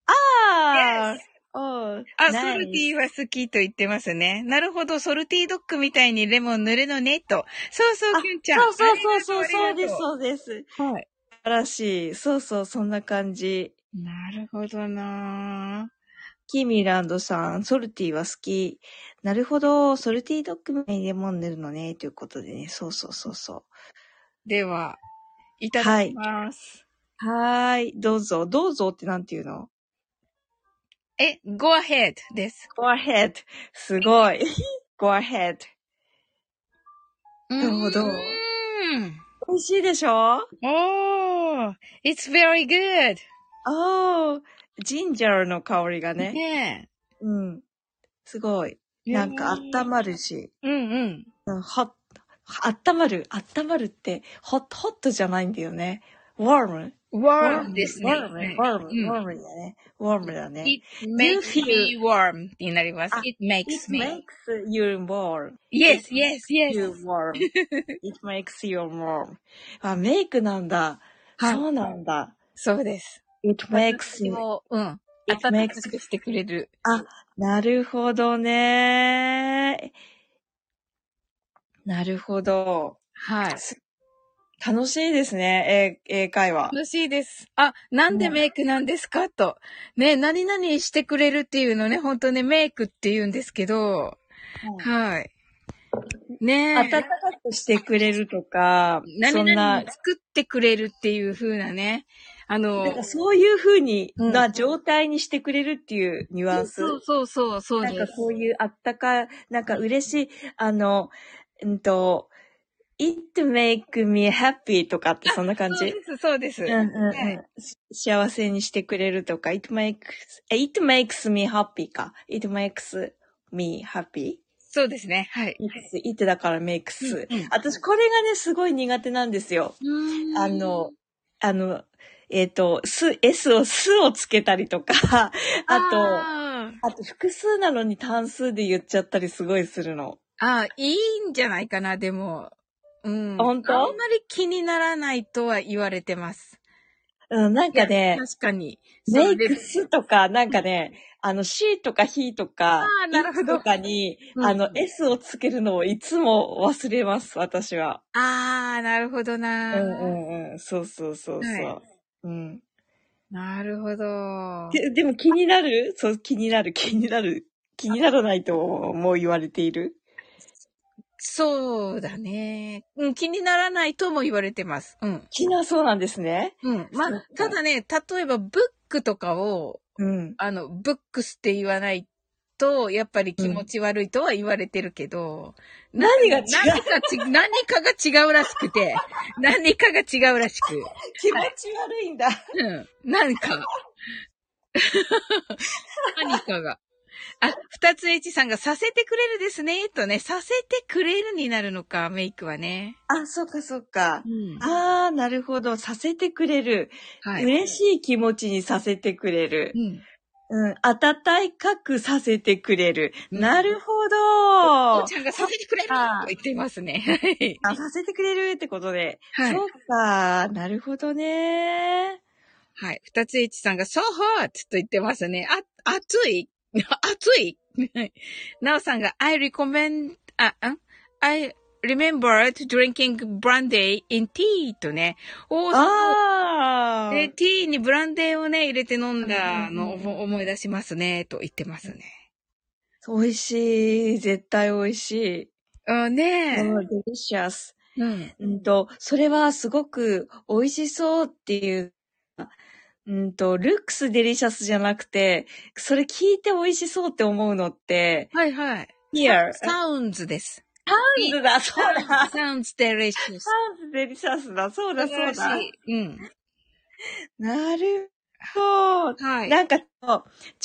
[SPEAKER 2] ああ、おう
[SPEAKER 1] あ、
[SPEAKER 2] ナイス
[SPEAKER 1] ソルティーは好きと言ってますね。なるほど、ソルティードッグみたいにレモン塗るのね、と。そうそう、
[SPEAKER 2] あ
[SPEAKER 1] キュンちゃん。
[SPEAKER 2] そうそうそうそう、
[SPEAKER 1] ありがと
[SPEAKER 2] そ
[SPEAKER 1] あ
[SPEAKER 2] う
[SPEAKER 1] り
[SPEAKER 2] で
[SPEAKER 1] がと
[SPEAKER 2] す、そうです。素
[SPEAKER 1] はい。
[SPEAKER 2] 晴らしい。そうそう、そんな感じ。
[SPEAKER 1] なるほどな
[SPEAKER 2] キーミランドさん、ソルティは好き。なるほど、ソルティドッグみたいにレモン塗るのね、ということでね。そうそうそうそ
[SPEAKER 1] ぁでは、いただきます。
[SPEAKER 2] う。はーい、どうぞ、どうぞってなんていうの
[SPEAKER 1] え、go ahead です。
[SPEAKER 2] ?go ahead. すごい。go ahead.
[SPEAKER 1] な
[SPEAKER 2] るほど
[SPEAKER 1] うん。
[SPEAKER 2] 美味しいでしょ
[SPEAKER 1] おー、it's very good.
[SPEAKER 2] おー、ジンジャーの香りがね。
[SPEAKER 1] ね
[SPEAKER 2] うん。すごい。
[SPEAKER 1] え
[SPEAKER 2] なんか温まるし。
[SPEAKER 1] うんうん。
[SPEAKER 2] うんほっ、あったまる、あったまるって、ホット、ホットじゃないんだよね。warm。
[SPEAKER 1] warm ですね。
[SPEAKER 2] warm、warm、
[SPEAKER 1] うん
[SPEAKER 2] warm だね。warm だね。
[SPEAKER 1] It makes
[SPEAKER 2] You feel-
[SPEAKER 1] me warm になります
[SPEAKER 2] あ。
[SPEAKER 1] It makes
[SPEAKER 2] It
[SPEAKER 1] me.
[SPEAKER 2] makes you warm.
[SPEAKER 1] Yes, yes,
[SPEAKER 2] You
[SPEAKER 1] yes.
[SPEAKER 2] warm. It makes you warm. あ、メイクなんだ。
[SPEAKER 1] はい
[SPEAKER 2] そうなんだ。
[SPEAKER 1] そうです。
[SPEAKER 2] It makes
[SPEAKER 1] 私
[SPEAKER 2] you.
[SPEAKER 1] を、うん。
[SPEAKER 2] It
[SPEAKER 1] 温か
[SPEAKER 2] makes
[SPEAKER 1] くしてくれる。
[SPEAKER 2] あ、なるほどね。なるほど。
[SPEAKER 1] はい。
[SPEAKER 2] 楽しいですね、英英会話。
[SPEAKER 1] 楽しいです。あ、なんでメイクなんですかと。ね、何々してくれるっていうのね、本当ね、メイクって言うんですけど、
[SPEAKER 2] うん
[SPEAKER 1] はい。ね
[SPEAKER 2] 暖かくしてくれるとか、そ
[SPEAKER 1] 何
[SPEAKER 2] んな
[SPEAKER 1] 々を、作ってくれるっていう風なね、あの
[SPEAKER 2] なん、かそういう風に、
[SPEAKER 1] うん
[SPEAKER 2] な状態にしてくれるっていうニュアンス。
[SPEAKER 1] そうそうそう、そう
[SPEAKER 2] なん
[SPEAKER 1] で
[SPEAKER 2] か
[SPEAKER 1] す。
[SPEAKER 2] こういうあったか、なんか嬉しい、あの、うんと、it make me happy とかってそんな感
[SPEAKER 1] そう
[SPEAKER 2] じ
[SPEAKER 1] です、そうです。
[SPEAKER 2] うんうん
[SPEAKER 1] は
[SPEAKER 2] う
[SPEAKER 1] い
[SPEAKER 2] ん、幸せにしてくれるとか、it makes, え it makes me happy か。it makes me happy?
[SPEAKER 1] そうですね、はい。
[SPEAKER 2] it's, it だから makes.
[SPEAKER 1] うんうん
[SPEAKER 2] 私これがね、すごい苦手なんですよ。あの、あの、えっ、と、す、s を、すをつけたりとか、あと、あ
[SPEAKER 1] あ
[SPEAKER 2] と複数なのに単数で言っちゃったりすごいするの。
[SPEAKER 1] ーあー、いいんじゃないかな、でも。うん。
[SPEAKER 2] 本当
[SPEAKER 1] あんまり気にならないとは言われてます。
[SPEAKER 2] うん、なんかね、
[SPEAKER 1] 確かに。
[SPEAKER 2] メ
[SPEAKER 1] そう
[SPEAKER 2] イク
[SPEAKER 1] です
[SPEAKER 2] スとか、なんかね、あの、しとかひとか
[SPEAKER 1] あ、ーなるほど
[SPEAKER 2] it とかに、
[SPEAKER 1] うん
[SPEAKER 2] あの、s をつけるのをいつも忘れます、私は。
[SPEAKER 1] ああ、なるほど
[SPEAKER 2] う
[SPEAKER 1] な、
[SPEAKER 2] んうんうん、そうそうそうそう。
[SPEAKER 1] は
[SPEAKER 2] うん。
[SPEAKER 1] なるほど。
[SPEAKER 2] ででも気になるそう、気になる、気になる。気にならないともう言われている
[SPEAKER 1] そうだね。うん、気にならないとも言われてます。うん。
[SPEAKER 2] 気になそうなんですね。
[SPEAKER 1] うん。ま
[SPEAKER 2] そう
[SPEAKER 1] あ
[SPEAKER 2] か、
[SPEAKER 1] ただね、例えばブックとかを、
[SPEAKER 2] うん。
[SPEAKER 1] あの、ブックスって言わないと、やっぱり気持ち悪いとは言われてるけど、
[SPEAKER 2] 何が違う
[SPEAKER 1] 何かち、何かが違うらしくて、何かが違うらしく。
[SPEAKER 2] 気持ち悪いんだ。
[SPEAKER 1] うん。何か。何かが。あ、二つ H さんがさせてくれるですね、とね、させてくれるになるのか、メイクはね。
[SPEAKER 2] あ、そっかそっか
[SPEAKER 1] う。ん。
[SPEAKER 2] ああ、なるほど。させてくれる。
[SPEAKER 1] はい。
[SPEAKER 2] 嬉しい気持ちにさせてくれる
[SPEAKER 1] う。ん。
[SPEAKER 2] うん、温かくさせてくれる。
[SPEAKER 1] うん
[SPEAKER 2] なるほ
[SPEAKER 1] おー
[SPEAKER 2] ど。
[SPEAKER 1] ちゃんがさせてくれると言っていますね。はい。
[SPEAKER 2] あ、させてくれるってことで。
[SPEAKER 1] はい
[SPEAKER 2] そ。うか、なるほどね。
[SPEAKER 1] はい。二つ H さんが、so hot! と言ってますね。あ、暑い 暑いなおさんが、I recommend, あ、ん ?I remembered drinking brandy in tea とね。おー、そう
[SPEAKER 2] あ
[SPEAKER 1] で、
[SPEAKER 2] あ。
[SPEAKER 1] ティーにブランデーをね、入れて飲んだの
[SPEAKER 2] うんうんうん
[SPEAKER 1] を思い出しますね、と言ってますね。
[SPEAKER 2] 美味しい。絶対美味しい。
[SPEAKER 1] あねえ。
[SPEAKER 2] デリシャス。
[SPEAKER 1] うん。
[SPEAKER 2] うんと、それはすごく美味しそうっていう。うんと、ルックスデリシャスじゃなくて、それ聞いて美味しそうって思うのって、
[SPEAKER 1] はいはい。
[SPEAKER 2] here.
[SPEAKER 1] サウンズ です。
[SPEAKER 2] sounds だ、そうだ。
[SPEAKER 1] サウンズデリシャス。
[SPEAKER 2] sounds デリシャスだ、そうだ、そうだ。
[SPEAKER 1] うん。
[SPEAKER 2] なるほど。
[SPEAKER 1] はい。
[SPEAKER 2] なんか、ち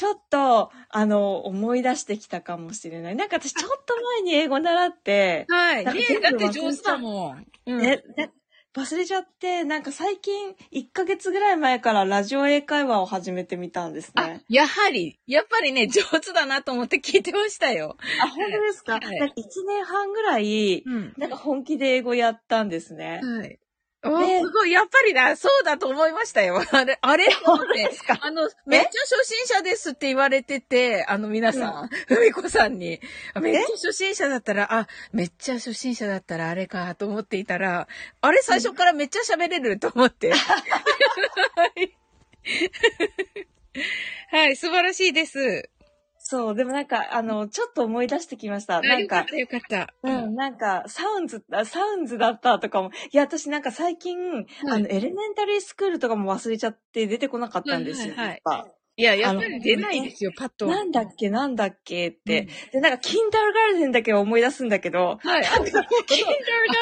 [SPEAKER 2] ょっと、あの、思い出してきたかもしれない。なんか私、ちょっと前に英語習って、
[SPEAKER 1] はい。
[SPEAKER 2] なん
[SPEAKER 1] ね
[SPEAKER 2] か
[SPEAKER 1] え、
[SPEAKER 2] 全部
[SPEAKER 1] だって上手だもん。うん。
[SPEAKER 2] ね、ね忘れちゃって、なんか最近、1ヶ月ぐらい前からラジオ英会話を始めてみたんです
[SPEAKER 1] あ
[SPEAKER 2] ね。、
[SPEAKER 1] やはり、やっぱりね、上手だなと思って聞いてましたよ。
[SPEAKER 2] あ、本当ですか、
[SPEAKER 1] はい
[SPEAKER 2] なんか1年半ぐらい、
[SPEAKER 1] うん。
[SPEAKER 2] なんか本気で英語やったんですね。
[SPEAKER 1] はい。お
[SPEAKER 2] ね
[SPEAKER 1] ーすごい、やっぱりだ、そうだと思いましたよ。 あれ、あれと思って
[SPEAKER 2] すか。
[SPEAKER 1] あの、めっちゃ初心者ですって言われてて、あの皆さん、ふみこさんに。めっちゃ初心者だったら、あ、めっちゃ初心者だったらあれかと思っていたら、あれ最初からめっちゃ喋れると思って。はいはい、素晴らしいです。
[SPEAKER 2] そう、でもなんか、あの、ちょっと思い出してきました。
[SPEAKER 1] あ
[SPEAKER 2] なん
[SPEAKER 1] よかっ
[SPEAKER 2] か、
[SPEAKER 1] た、よかった。
[SPEAKER 2] うん、なんか、サウンズ、あサウンズだったとかも、いや、私なんか最近、あの、エレメンタリースクールとかも忘れちゃって出てこなかったんですよ。
[SPEAKER 1] はいはい
[SPEAKER 2] やっぱ
[SPEAKER 1] いや、やっぱり出ないですよ、パッと。
[SPEAKER 2] なんだっけ、なんだっけって。
[SPEAKER 1] うん
[SPEAKER 2] で、なんか、キンダルガーデンだけは思い出すんだけど、
[SPEAKER 1] はい。あ
[SPEAKER 2] キンダルガ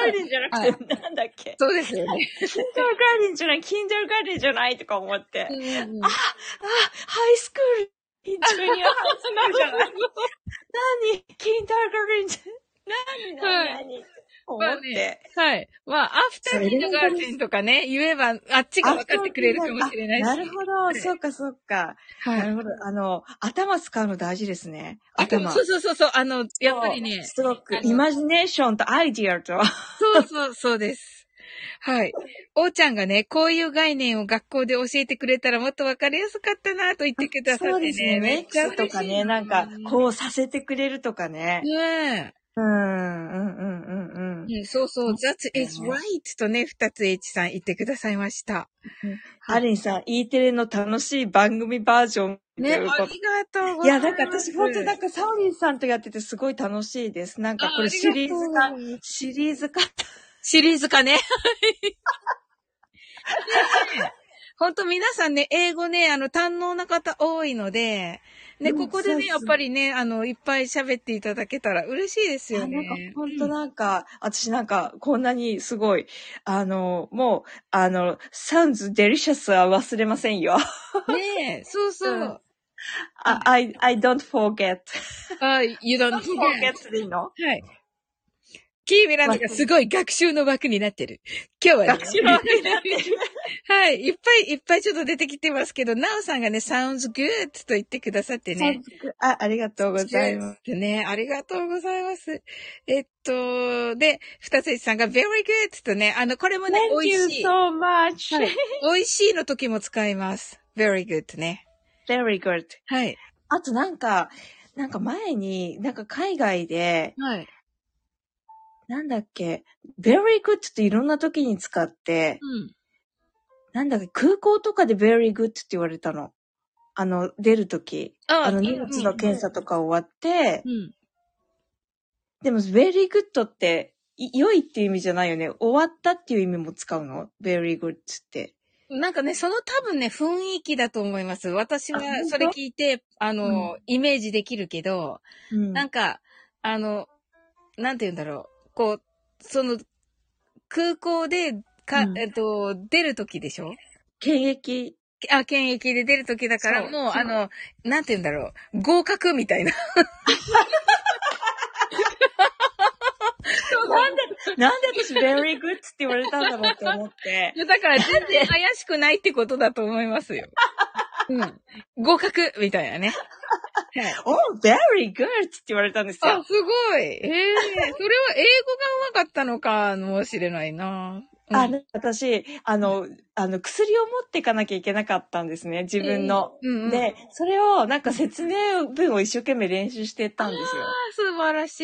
[SPEAKER 2] ーデンじゃなくて、なんだっけ、
[SPEAKER 1] そうですよね。
[SPEAKER 2] キンダルガーデンじゃない、キンダルガーデンじゃないとか思って、
[SPEAKER 1] あ、
[SPEAKER 2] あ、ハイスクール、ジュニアハイスクール じゃない。何キンダルガーデンじゃ、
[SPEAKER 1] はい
[SPEAKER 2] 何何何って思って。
[SPEAKER 1] はい。まあ、アフターミーのガーデンとかね、言えば、あっちが分かってくれるかもしれないし。
[SPEAKER 2] あなるほ
[SPEAKER 1] はい
[SPEAKER 2] ど、そうかそうか。
[SPEAKER 1] は。
[SPEAKER 2] ないるほど。あの、頭使うの大事ですね。
[SPEAKER 1] 頭。
[SPEAKER 2] 頭。
[SPEAKER 1] そうそうそうそう。あの、やっぱりね、
[SPEAKER 2] ストローク
[SPEAKER 1] あ。の
[SPEAKER 2] イマジネーションとアイディアと。
[SPEAKER 1] そうそうそうです。はい。おーちゃんがね、こういう概念を学校で教えてくれたらもっと分かりやすかったなと言ってくださってね。
[SPEAKER 2] そうですね。メイクとかね、なんか、
[SPEAKER 1] う。
[SPEAKER 2] こうさせてくれるとかね。
[SPEAKER 1] ね
[SPEAKER 2] うん、うん、うん、うん、うん。
[SPEAKER 1] え。うん、そうそう。That is right とね、二つ H さん言ってくださいました。
[SPEAKER 2] ハリンさん、E テレの楽しい番組バージョンと
[SPEAKER 1] ね、あ
[SPEAKER 2] い
[SPEAKER 1] り
[SPEAKER 2] う
[SPEAKER 1] が
[SPEAKER 2] こと。
[SPEAKER 1] とうござ
[SPEAKER 2] い
[SPEAKER 1] いま
[SPEAKER 2] や、
[SPEAKER 1] す。
[SPEAKER 2] なんか私本当なん
[SPEAKER 1] か、
[SPEAKER 2] かサオリンさんとやっててすごい楽しいです。なんかこ
[SPEAKER 1] あ
[SPEAKER 2] れシリーズ
[SPEAKER 1] あ
[SPEAKER 2] 化
[SPEAKER 1] りがとう、
[SPEAKER 2] シリーズ化。
[SPEAKER 1] シリーズか ね。本当皆さんね、英語ね、あの、堪能な方多いので、ね、
[SPEAKER 2] うん
[SPEAKER 1] ここで
[SPEAKER 2] そう
[SPEAKER 1] ね、
[SPEAKER 2] そう
[SPEAKER 1] やっぱりね、あの、いっぱい喋っていただけたら嬉しいですよ
[SPEAKER 2] あな
[SPEAKER 1] ね
[SPEAKER 2] んか。本当なんか、私なんかこんなにすごい、あの、もう、あの、サウンズデリシャスは忘れませんよ。
[SPEAKER 1] ねえ、そうそう。
[SPEAKER 2] あ I, I don't forget.
[SPEAKER 1] あ、you don't
[SPEAKER 2] don't
[SPEAKER 1] forget.
[SPEAKER 2] forget でいいの
[SPEAKER 1] はい。キーミランドがすごい学習の枠になってる。今日はね、
[SPEAKER 2] 学習の枠になってる。
[SPEAKER 1] はい。いっぱいいっぱいちょっと出てきてますけど、ナオさんがね、sounds good と言ってくださってね。
[SPEAKER 2] あ、ありがとうございます。
[SPEAKER 1] す。ね、ありがとうございます。えっと、で、二つさんが very good とね、あの、これもね、
[SPEAKER 2] Thank
[SPEAKER 1] 美
[SPEAKER 2] you
[SPEAKER 1] 味しい。
[SPEAKER 2] so much.
[SPEAKER 1] はい美味しいの時も使います。very good ね。
[SPEAKER 2] Very good.
[SPEAKER 1] はい。
[SPEAKER 2] あとなんか、なんか前に、なんか海外で、
[SPEAKER 1] はい。
[SPEAKER 2] なんだっけ、very good っていろんな時に使って、
[SPEAKER 1] うん。
[SPEAKER 2] なんだっけ、空港とかで very good って言われたの。あの、出る時。
[SPEAKER 1] あ
[SPEAKER 2] あの、荷物の検査とか終わって、
[SPEAKER 1] うん。
[SPEAKER 2] でも very good って、い良いっていう意味じゃないよね。終わったっていう意味も使うの ?very good って。
[SPEAKER 1] なんかね、その多分ね、雰囲気だと思います。私は
[SPEAKER 2] あ本当
[SPEAKER 1] それ聞いて、あの、イメージできるけど、
[SPEAKER 2] うん
[SPEAKER 1] なんか、あの、なんて言うんだろう。こう、その、空港で、か、
[SPEAKER 2] うん
[SPEAKER 1] えっと、出るときでしょ
[SPEAKER 2] 検疫。
[SPEAKER 1] あ、検疫で出るときだから、
[SPEAKER 2] そう
[SPEAKER 1] もう、
[SPEAKER 2] そう
[SPEAKER 1] あの、なんて言うんだろう。合格み たいな。そうなんだ
[SPEAKER 2] なんで私、very good って言われたんだろうって 思って。
[SPEAKER 1] いやだから、全然怪しくないってことだと思います よ。うん。合格みたいなね。はい。
[SPEAKER 2] oh, very good って言われたんです
[SPEAKER 1] あ、
[SPEAKER 2] よ。
[SPEAKER 1] すごい。ええそれは英語がうまかったのかもしれないな。うん
[SPEAKER 2] あ、私、あの、あの、薬を持っていかなきゃいけなかったんですね、自分の。
[SPEAKER 1] うんうん、
[SPEAKER 2] で、それを、なんか説明文を一生懸命練習してたんですよ。
[SPEAKER 1] あ素晴らし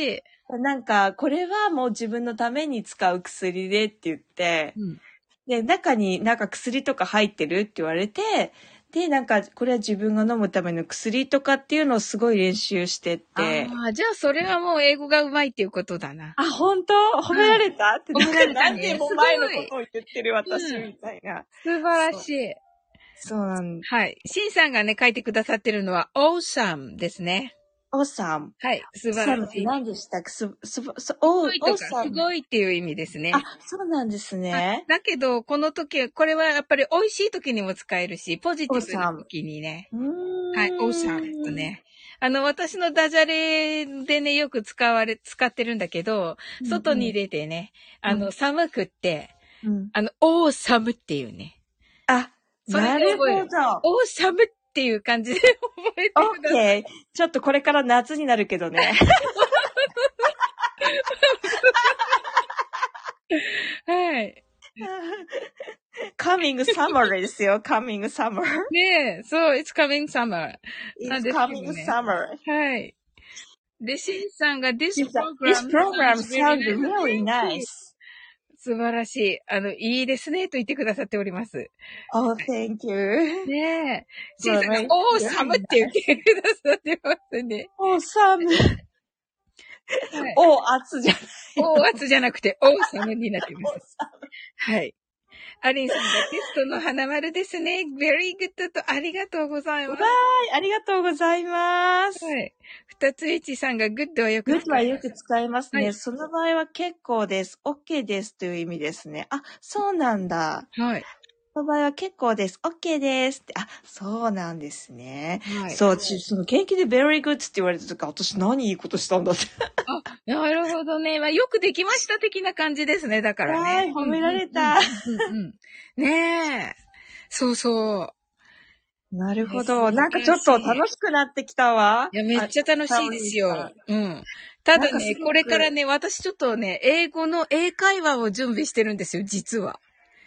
[SPEAKER 1] い。
[SPEAKER 2] なんか、これはもう自分のために使う薬でって言って、
[SPEAKER 1] うん。
[SPEAKER 2] で、中になんか薬とか入ってるって言われて、で、なんか、これは自分が飲むための薬とかっていうのをすごい練習してって。
[SPEAKER 1] ああ、じゃあそれはもう英語がうまいっていうことだな。
[SPEAKER 2] あ、本当褒められた、って、
[SPEAKER 1] 褒められた
[SPEAKER 2] 何
[SPEAKER 1] ね
[SPEAKER 2] 年も前の
[SPEAKER 1] すご
[SPEAKER 2] こ
[SPEAKER 1] い
[SPEAKER 2] とを言ってる私
[SPEAKER 1] うん
[SPEAKER 2] みたいな。
[SPEAKER 1] 素晴らしい。
[SPEAKER 2] そうなんだ。
[SPEAKER 1] はい。シンさんがね、書いてくださってるのは、awesome ですね。
[SPEAKER 2] おさん。
[SPEAKER 1] はい。素
[SPEAKER 2] お
[SPEAKER 1] 晴
[SPEAKER 2] さん
[SPEAKER 1] らし
[SPEAKER 2] っ
[SPEAKER 1] い。
[SPEAKER 2] て
[SPEAKER 1] す
[SPEAKER 2] 何でしたっけす、す、す、お、
[SPEAKER 1] ごいとか、
[SPEAKER 2] おさ
[SPEAKER 1] す
[SPEAKER 2] ん。
[SPEAKER 1] ごいっていう意味ですね
[SPEAKER 2] あ。、そうなんです
[SPEAKER 1] はい
[SPEAKER 2] ね。
[SPEAKER 1] だけど、この時、これはやっぱり美味しい時にも使えるし、ポジティブな時にね。
[SPEAKER 2] うーん。
[SPEAKER 1] はい、オーシャンと。ね。あの、私のダジャレでね、よく使われ、使ってるんだけど、外に出てね、
[SPEAKER 2] うん
[SPEAKER 1] あの、寒くって、
[SPEAKER 2] うん。
[SPEAKER 1] あの、オーサムっていうね、
[SPEAKER 2] あ、
[SPEAKER 1] それ
[SPEAKER 2] な
[SPEAKER 1] で
[SPEAKER 2] る
[SPEAKER 1] 覚え
[SPEAKER 2] ほ
[SPEAKER 1] る
[SPEAKER 2] ど。
[SPEAKER 1] オーサムっていう感じで覚えて
[SPEAKER 2] オ
[SPEAKER 1] く
[SPEAKER 2] ッ
[SPEAKER 1] ださい。
[SPEAKER 2] ケー。ちょっとこれから夏になるけど ね。
[SPEAKER 1] はい。
[SPEAKER 2] coming summer ですよ。coming summer.
[SPEAKER 1] ねえ、そう、it's coming summer. なんですけ
[SPEAKER 2] It's coming
[SPEAKER 1] どね
[SPEAKER 2] summer.
[SPEAKER 1] はい。で、シンさんが This
[SPEAKER 2] This
[SPEAKER 1] program
[SPEAKER 2] program
[SPEAKER 1] sounds
[SPEAKER 2] sounds
[SPEAKER 1] very
[SPEAKER 2] really nice.
[SPEAKER 1] 素晴らしい。あの、いいですね、と言ってくださっております。
[SPEAKER 2] Oh, thank you.
[SPEAKER 1] ねえ。シ
[SPEAKER 2] そう
[SPEAKER 1] ンさんが
[SPEAKER 2] ね、
[SPEAKER 1] おー、寒って言ってくださってますね。
[SPEAKER 2] Oh, summer.
[SPEAKER 1] はい、
[SPEAKER 2] Oh, 暑じゃない。
[SPEAKER 1] お圧じゃなくて、お寒になってます。はい。アリンさんがテストの花丸ですね。very good とありがとうございます。は
[SPEAKER 2] はい、ありがとうございます。
[SPEAKER 1] い。二つ一さんがグッドはよく
[SPEAKER 2] グッドはよく使いますね。
[SPEAKER 1] はい
[SPEAKER 2] その場合は結構です。OK ですという意味ですね。あ、そうなんだ。
[SPEAKER 1] はい。
[SPEAKER 2] その場合は結構です。OK ですって。あ、そうなんですね。
[SPEAKER 1] はい。
[SPEAKER 2] そう、私、その、研究で very good って言われた時から、私何いいことしたんだって。
[SPEAKER 1] なるほどね。まあ、よくできました的な感じですね。だからね。
[SPEAKER 2] はい褒められた
[SPEAKER 1] うん。うんうんうんうんねえ。そうそう。
[SPEAKER 2] なるほ
[SPEAKER 1] ね
[SPEAKER 2] ど。なんかちょっ
[SPEAKER 1] 素晴
[SPEAKER 2] と
[SPEAKER 1] らしい
[SPEAKER 2] 楽しくなってきたわ。
[SPEAKER 1] いや、めっちゃ楽しいですよ。うん。ただ
[SPEAKER 2] なんかす
[SPEAKER 1] ね、
[SPEAKER 2] ごく
[SPEAKER 1] これからね、私ちょっとね、英語の英会話を準備してるんですよ、実は。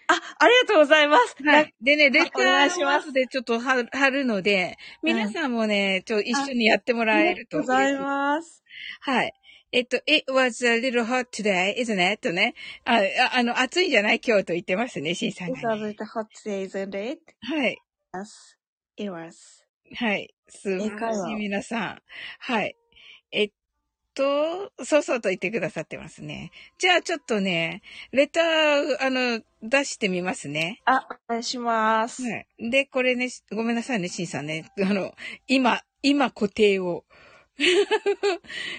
[SPEAKER 2] あ、ありがとうございます。
[SPEAKER 1] は
[SPEAKER 2] なん
[SPEAKER 1] い。でね、レタ
[SPEAKER 2] お願いし
[SPEAKER 1] ー
[SPEAKER 2] ま
[SPEAKER 1] ますずでちょっと貼る貼るので、皆さんもね、ちょ、一緒にやっても
[SPEAKER 2] か
[SPEAKER 1] らえると。
[SPEAKER 2] ありがとうございます。
[SPEAKER 1] はい。えっと、it was a little hot today, isn't it? とね。あ、ああの、暑いんじゃない今日と言ってますね、シンさん
[SPEAKER 2] It
[SPEAKER 1] が、
[SPEAKER 2] was
[SPEAKER 1] ね。
[SPEAKER 2] a hot day, isn't it?
[SPEAKER 1] はい。
[SPEAKER 2] Yes, it was.
[SPEAKER 1] はい。素晴
[SPEAKER 2] 英
[SPEAKER 1] ら
[SPEAKER 2] 会
[SPEAKER 1] しい、
[SPEAKER 2] 話
[SPEAKER 1] 皆さん。はい。えっと、そうそうと言ってくださってますね。じゃあちょっとね、レター、あの、出してみますね。
[SPEAKER 2] あ、お願いします。
[SPEAKER 1] はい。で、これね、しごめんなさいね、シンさんね。あの、今、今固定を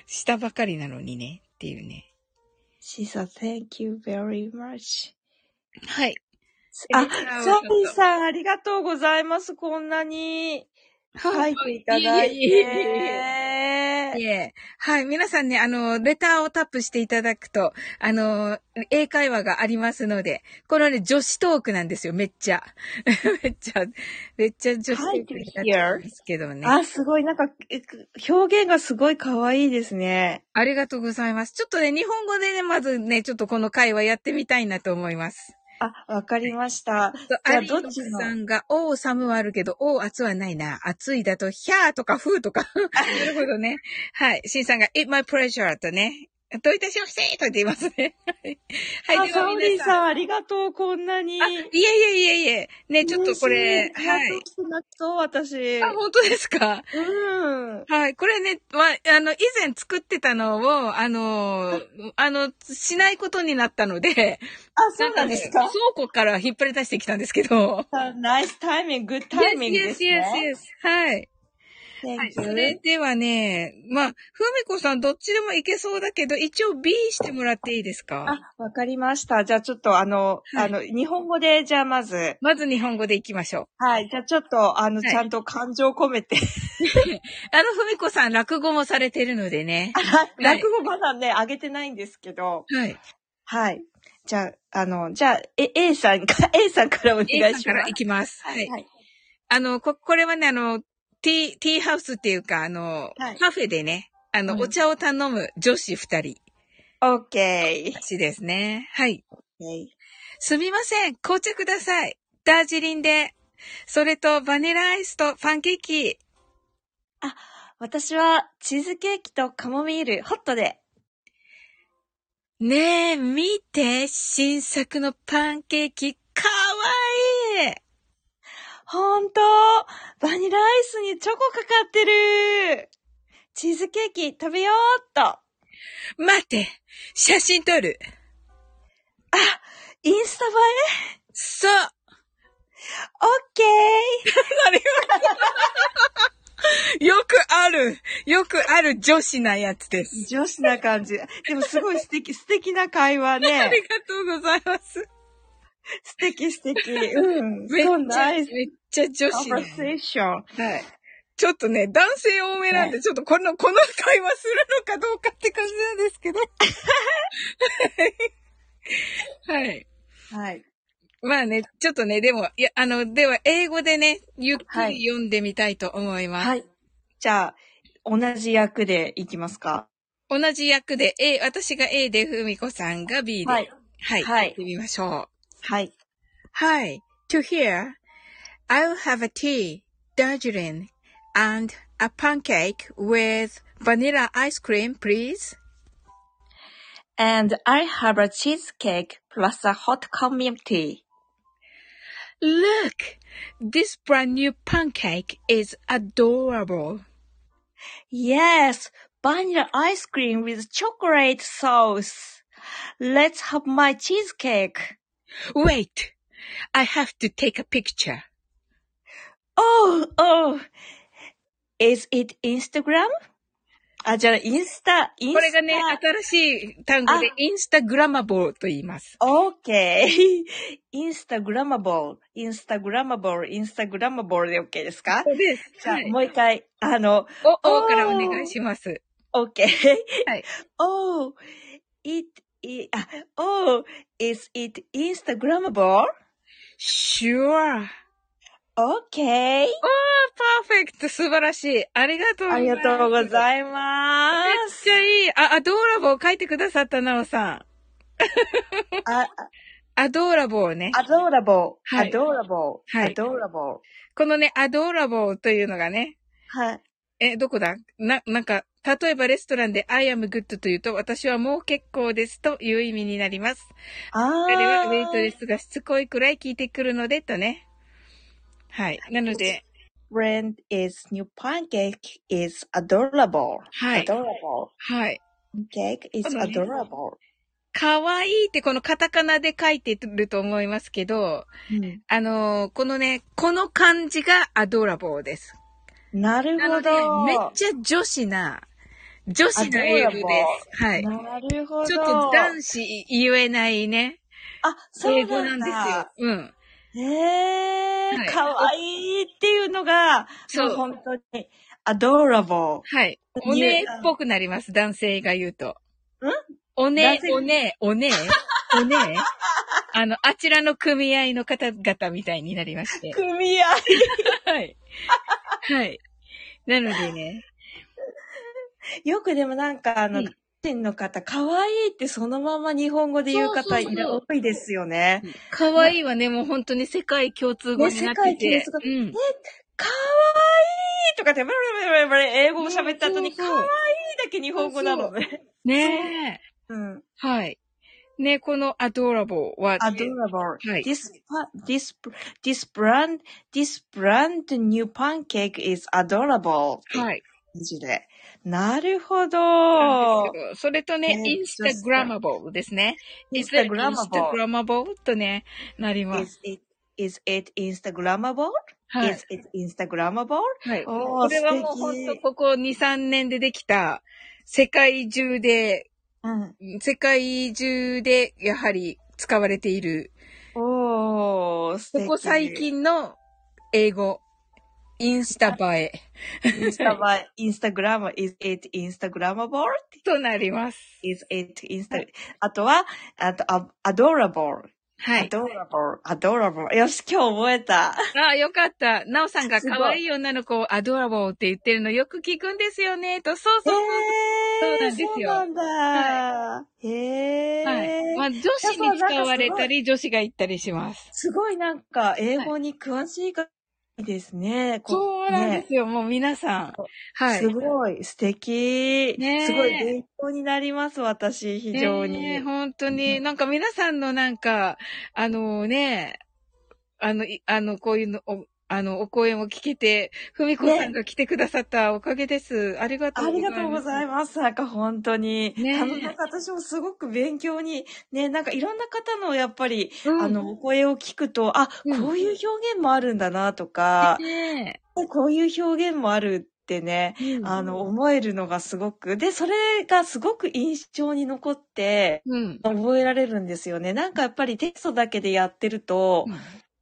[SPEAKER 1] したばかりなのにね、っていうね。
[SPEAKER 2] シーさん、thank you very much.
[SPEAKER 1] はい。
[SPEAKER 2] あ、
[SPEAKER 1] レターをち
[SPEAKER 2] ソ
[SPEAKER 1] ょっ
[SPEAKER 2] フ
[SPEAKER 1] と
[SPEAKER 2] ィーさん、ありがとうございます。こんなに書いていただい
[SPEAKER 1] いえいえい
[SPEAKER 2] て。
[SPEAKER 1] ええはい。皆さんね、あの、レターをタップしていただくと、あの、英会話がありますので、これはね、女子トークなんですよ、めっちゃ。 めっちゃ、めっちゃ女子トークになっちゃうんですけどね。あ
[SPEAKER 2] あ、すごい。なんか、え表現がすごい可愛いですね。
[SPEAKER 1] りがとうございます。ちょっとね、日本語でね、まずね、ちょっとこの会話やってみたいなと思います。
[SPEAKER 2] あ、わかりました。じゃ
[SPEAKER 1] ア
[SPEAKER 2] あ、
[SPEAKER 1] リ
[SPEAKER 2] どっ
[SPEAKER 1] ー
[SPEAKER 2] ち
[SPEAKER 1] さ
[SPEAKER 2] の
[SPEAKER 1] んが、おう、寒はあるけど、おう、暑はないな。暑いだと、ひゃーとか、ふーとか。なるほどね。はい。シンさんが、it my pleasure とね。どういたしましてと言っていますね。はい。はい、
[SPEAKER 2] あ、
[SPEAKER 1] で
[SPEAKER 2] サ
[SPEAKER 1] は
[SPEAKER 2] オリン
[SPEAKER 1] 皆
[SPEAKER 2] さ
[SPEAKER 1] さん。
[SPEAKER 2] ん、ありがとう、こんなに。
[SPEAKER 1] いやいやいやいや。ね、ちょっとこれ、
[SPEAKER 2] 嬉し
[SPEAKER 1] はい。
[SPEAKER 2] 楽しくなっそう、私。
[SPEAKER 1] あ、本当ですか
[SPEAKER 2] うん。
[SPEAKER 1] はい。これね、まあ、あの、以前作ってたのを、あの、あの、しないことになったので、
[SPEAKER 2] あ、そうなんですか
[SPEAKER 1] ね倉庫から引っ張り出してきたんですけど。
[SPEAKER 2] ナイスタイミング、グッタイミングです
[SPEAKER 1] Yes, yes,
[SPEAKER 2] ね。
[SPEAKER 1] yes, yes. はい。はい。
[SPEAKER 2] Thank
[SPEAKER 1] そ
[SPEAKER 2] you.
[SPEAKER 1] れではね、まあ、ふみこさんどっちでもいけそうだけど、一応 B してもらっていいですか
[SPEAKER 2] あ、わかりました。じゃあちょっとあの、
[SPEAKER 1] はい
[SPEAKER 2] あの、日本語で、じゃあまず、
[SPEAKER 1] まず日本語でいきましょう。
[SPEAKER 2] はい、じゃあちょっと、あの、
[SPEAKER 1] はい
[SPEAKER 2] ちゃんと感情込めて、
[SPEAKER 1] あの、ふみこさん落語もされてるのでね。
[SPEAKER 2] 落語まだね、あげてないんですけど、
[SPEAKER 1] はい。
[SPEAKER 2] はい。じゃあ、あの、じゃあ、え、A さんか、A さんからお願い
[SPEAKER 1] A さん
[SPEAKER 2] し
[SPEAKER 1] か
[SPEAKER 2] ま
[SPEAKER 1] ら
[SPEAKER 2] す
[SPEAKER 1] い。きます。はい。
[SPEAKER 2] はい。
[SPEAKER 1] あの、こ、これはね、あの、T、T ハウスっていうか、あの、
[SPEAKER 2] はい
[SPEAKER 1] カフェでね、あの、
[SPEAKER 2] うん
[SPEAKER 1] お茶を頼む女子二人
[SPEAKER 2] OK。
[SPEAKER 1] しですね。はい。
[SPEAKER 2] はい
[SPEAKER 1] すみません、紅茶ください。ダージリンで。それと、バニラアイスとパンケーキ。
[SPEAKER 2] 私は、チーズケーキとカモミール、ホットで。
[SPEAKER 1] ねえ、見て、新作のパンケーキ、かわいい
[SPEAKER 2] ほんとバニラアイスにチョコかかってるチーズケーキ食べようっと
[SPEAKER 1] 待って、写真撮る。
[SPEAKER 2] インスタ映
[SPEAKER 1] そう
[SPEAKER 2] え
[SPEAKER 1] よくある、よくある女子なやつです。
[SPEAKER 2] OK! 女子な感じ。でもすごい素 敵、素敵な会話
[SPEAKER 1] あり
[SPEAKER 2] ね。
[SPEAKER 1] がとうございます。
[SPEAKER 2] 素敵素敵。うん。
[SPEAKER 1] めっち
[SPEAKER 2] そ
[SPEAKER 1] ゃ、
[SPEAKER 2] んなア
[SPEAKER 1] め
[SPEAKER 2] イ
[SPEAKER 1] っ
[SPEAKER 2] ス
[SPEAKER 1] ちゃ女
[SPEAKER 2] コン
[SPEAKER 1] 子だ
[SPEAKER 2] バ
[SPEAKER 1] ね、
[SPEAKER 2] セーション。
[SPEAKER 1] はい。ちょっとね、男性多めなんで、ちょっとこの、この会話するのかどうかって感じなんです けど。はいはい。
[SPEAKER 2] はい。
[SPEAKER 1] まあね、ちょっとね、でも、いや、あの、では、英語でね、ゆっくり読んでみたいと思います。
[SPEAKER 2] はい。じゃあ、同じ役でいきますか
[SPEAKER 1] 同じ役で A、私が A で、ふみこさんが B で。
[SPEAKER 2] はい。
[SPEAKER 1] はい。
[SPEAKER 2] はい
[SPEAKER 1] やってみましょう。
[SPEAKER 2] はい。
[SPEAKER 1] Hi, to here. I'll have a tea, Darjeeling, and a pancake with vanilla ice cream, please.
[SPEAKER 2] And I have a cheesecake plus a hot coffee tea.
[SPEAKER 1] Look, this brand new pancake is adorable.
[SPEAKER 2] Yes, vanilla ice cream with chocolate sauce. Let's have my cheesecake.
[SPEAKER 1] Wait, I have to take a picture.
[SPEAKER 2] Oh, oh. Is it Instagram? あ、じゃあ、インスタ、インス
[SPEAKER 1] こ
[SPEAKER 2] タ。
[SPEAKER 1] れがね、新しい単語で
[SPEAKER 2] あ
[SPEAKER 1] インスタグラマボーと言います。
[SPEAKER 2] OK。インスタグラマボール、インスタグラマボール、インスタグラマボールで OK ですか
[SPEAKER 1] そうです。
[SPEAKER 2] じゃあ、
[SPEAKER 1] はい
[SPEAKER 2] もう一回、あの、
[SPEAKER 1] お、おからお願いします。
[SPEAKER 2] OK。
[SPEAKER 1] はい。
[SPEAKER 2] Oh, it, i- あ oh, is it Instagrammable?
[SPEAKER 1] Sure.
[SPEAKER 2] Okay.
[SPEAKER 1] Oh, パーフェクト素晴らしい。ありがとうご
[SPEAKER 2] あ
[SPEAKER 1] ざい
[SPEAKER 2] り
[SPEAKER 1] ます。
[SPEAKER 2] がとうご
[SPEAKER 1] す。
[SPEAKER 2] ざいま
[SPEAKER 1] めっ ちゃいい。あ、アドーラボー書いてくださった、なおさん。
[SPEAKER 2] す。あ、
[SPEAKER 1] アドーラボーね。
[SPEAKER 2] adorable,
[SPEAKER 1] はい
[SPEAKER 2] adorable,
[SPEAKER 1] はい
[SPEAKER 2] adorable.
[SPEAKER 1] このね、アドーラボーというのがね、
[SPEAKER 2] はい。
[SPEAKER 1] え、どこだな、なんか、例えばレストランで I am good というと、私はもう結構ですという意味になります。あ
[SPEAKER 2] あー。
[SPEAKER 1] れはウェイトレスがしつこいくらい聞いてくるので、とね。はい。なので、
[SPEAKER 2] Brand is new pancake is adorable.
[SPEAKER 1] はい Oh,
[SPEAKER 2] Adorable.
[SPEAKER 1] はい。
[SPEAKER 2] Cake is
[SPEAKER 1] そうだね
[SPEAKER 2] adorable.
[SPEAKER 1] かわいいってこのカタカナで書いてると思いますけど、
[SPEAKER 2] うん
[SPEAKER 1] あのーこのね、この漢字がアドラボーです。
[SPEAKER 2] なる
[SPEAKER 1] な
[SPEAKER 2] ほ
[SPEAKER 1] ので
[SPEAKER 2] ど。、
[SPEAKER 1] めっちゃ女子な、女子な英語です。はい。
[SPEAKER 2] なるほど。
[SPEAKER 1] ちょっと男子言えないね、
[SPEAKER 2] あ、そう
[SPEAKER 1] 英
[SPEAKER 2] な
[SPEAKER 1] 語
[SPEAKER 2] んだ
[SPEAKER 1] なんですよ。うん。
[SPEAKER 2] ええ
[SPEAKER 1] はい
[SPEAKER 2] ー、かわいいっていうのが、
[SPEAKER 1] そう
[SPEAKER 2] もう本当に、adorable。
[SPEAKER 1] はい。おねえっぽくなります、男性が言うと。おね
[SPEAKER 2] 男
[SPEAKER 1] え、
[SPEAKER 2] 性
[SPEAKER 1] おねえ、おねえ、おねえ。 あの、あちらの組合の方々みたいになりま して。
[SPEAKER 2] 組合。
[SPEAKER 1] はい。はい。なので ね。
[SPEAKER 2] よくでもなんか、あ
[SPEAKER 1] う
[SPEAKER 2] の、
[SPEAKER 1] ん
[SPEAKER 2] 個人の方、かわいいってそのまま日本語で言う
[SPEAKER 1] そう
[SPEAKER 2] 方
[SPEAKER 1] そうそう
[SPEAKER 2] いら多いですよね。
[SPEAKER 1] かわいいはね、もう本当に世界共通語になってて。
[SPEAKER 2] ね世界共通語
[SPEAKER 1] うん。
[SPEAKER 2] かわいいとかって、ブルブルブルブル英語を喋った後に、
[SPEAKER 1] そ
[SPEAKER 2] か
[SPEAKER 1] うそう
[SPEAKER 2] わいだけ日本語なのね。
[SPEAKER 1] ねえ。
[SPEAKER 2] うん。
[SPEAKER 1] はい。ね、この adorable は、
[SPEAKER 2] adorable.
[SPEAKER 1] はい
[SPEAKER 2] This, pa- this, this brand, this brand new pancake is adorable.
[SPEAKER 1] はい。
[SPEAKER 2] マジで。なる
[SPEAKER 1] な
[SPEAKER 2] ほ
[SPEAKER 1] ん
[SPEAKER 2] ど
[SPEAKER 1] で。すけどそれとね、
[SPEAKER 2] ね
[SPEAKER 1] instagrammable ですね。Is that
[SPEAKER 2] Instagrammable.
[SPEAKER 1] instagrammable? とね、なります。
[SPEAKER 2] Is it, is it Instagrammable?
[SPEAKER 1] はい
[SPEAKER 2] Is。it Instagrammable?
[SPEAKER 1] はい。
[SPEAKER 2] おー
[SPEAKER 1] これはもう
[SPEAKER 2] 素
[SPEAKER 1] ほん
[SPEAKER 2] 敵
[SPEAKER 1] とここ2、3年でできた、世界中で、
[SPEAKER 2] うん。
[SPEAKER 1] 世界中でやはり使われている、
[SPEAKER 2] おー、素
[SPEAKER 1] こ
[SPEAKER 2] 敵
[SPEAKER 1] こ最。近の英語、インスタ映え
[SPEAKER 2] インスタは、インスタグラム、is it Instagrammable?
[SPEAKER 1] となります。
[SPEAKER 2] is it Insta? あとは、あと、あ adorable.
[SPEAKER 1] はい
[SPEAKER 2] adorable.。adorable. よし、今日覚えた。
[SPEAKER 1] ああ、よかった。なおさんが
[SPEAKER 2] すごい
[SPEAKER 1] 可愛い女の子をアドラボーって言ってるのよく聞くんですよね、と。そうそうそうなんですよ
[SPEAKER 2] えーそうなんだ。へえー。
[SPEAKER 1] はい。まあ、女子に使われたり、女子が言ったりします。
[SPEAKER 2] すごいなんか、英語に詳しいがいいですね。こ
[SPEAKER 1] そうなんで
[SPEAKER 2] ね
[SPEAKER 1] すよ、もう皆さん。はい。
[SPEAKER 2] すごい、素敵。
[SPEAKER 1] ねえ
[SPEAKER 2] すごい勉強になります、私、非常に。
[SPEAKER 1] ねえ本当
[SPEAKER 2] う
[SPEAKER 1] に、なんか皆さんのなんか、あのね、あの、いあの、こういうの、おあの、お声も聞けて、ふみこさんが来てくださったおかげです。ありがとう
[SPEAKER 2] あ
[SPEAKER 1] ござ
[SPEAKER 2] り
[SPEAKER 1] います。
[SPEAKER 2] がとうございます。なんか本当に。
[SPEAKER 1] ねえ
[SPEAKER 2] あの、なんか私もすごく勉強に、ね、なんかいろんな方のやっぱり、
[SPEAKER 1] うん
[SPEAKER 2] あの、お声を聞くと、あ、
[SPEAKER 1] うん
[SPEAKER 2] こういう表現もあるんだなとか、
[SPEAKER 1] ね
[SPEAKER 2] こういう表現もあるってね、
[SPEAKER 1] え
[SPEAKER 2] あの、思えるのがすごく、で、それがすごく印象に残って、
[SPEAKER 1] うん。
[SPEAKER 2] 覚えられるんですよね。なんかやっぱりテストだけでやってると、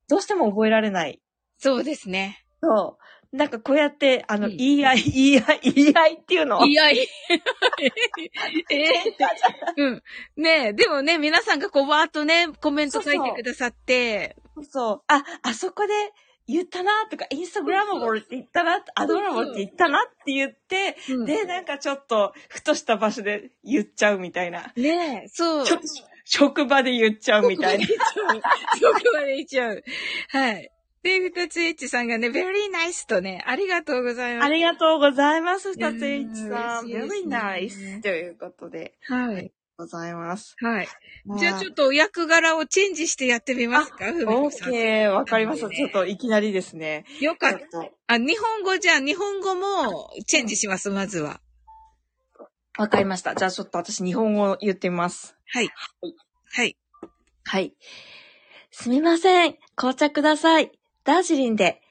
[SPEAKER 2] どうしても覚えられない。
[SPEAKER 1] そうですね。
[SPEAKER 2] そう。なんかこうやって、あの、
[SPEAKER 1] うん
[SPEAKER 2] EI、EI、EI っていう の
[SPEAKER 1] いやい や。えうん。ねえ、でもね、皆さんがこう、わーっとね、コメント書いてくださって、
[SPEAKER 2] そうそう。あ、あそこで言ったなとか、インスタグラムボールって言ったな、アドラボールって言ったなって言って、
[SPEAKER 1] うん
[SPEAKER 2] で、なんかちょっと、ふとした場所で言っちゃうみたいな。
[SPEAKER 1] ねえ、そう。
[SPEAKER 2] ちょ職場で言っちゃうみたいな。
[SPEAKER 1] 職場で言っちゃう。はい。で、ふたつえっちさんがね、very nice とね、ありがとうございます。
[SPEAKER 2] ありがとうございます、二ついちさん。
[SPEAKER 1] いやー
[SPEAKER 2] very
[SPEAKER 1] 嬉しいですね
[SPEAKER 2] nice ということで
[SPEAKER 1] はい。
[SPEAKER 2] ございます。
[SPEAKER 1] はい。じゃあちょっ
[SPEAKER 2] と。
[SPEAKER 1] とお役柄をチェンジしてやってみますかふみ
[SPEAKER 2] オ
[SPEAKER 1] こ
[SPEAKER 2] ー
[SPEAKER 1] さん。
[SPEAKER 2] ケー、わかりました。
[SPEAKER 1] ね
[SPEAKER 2] ちょっといきなりですね。
[SPEAKER 1] よ
[SPEAKER 2] ちょ
[SPEAKER 1] かっ。
[SPEAKER 2] ったと、
[SPEAKER 1] あ、日本語じゃあ、日本語もチェンジします、まずは。
[SPEAKER 2] わかりました。じゃあちょっと私日本語を言ってみます。
[SPEAKER 1] はい。はい。
[SPEAKER 2] はい。すみません。紅茶ください。ダージリンで。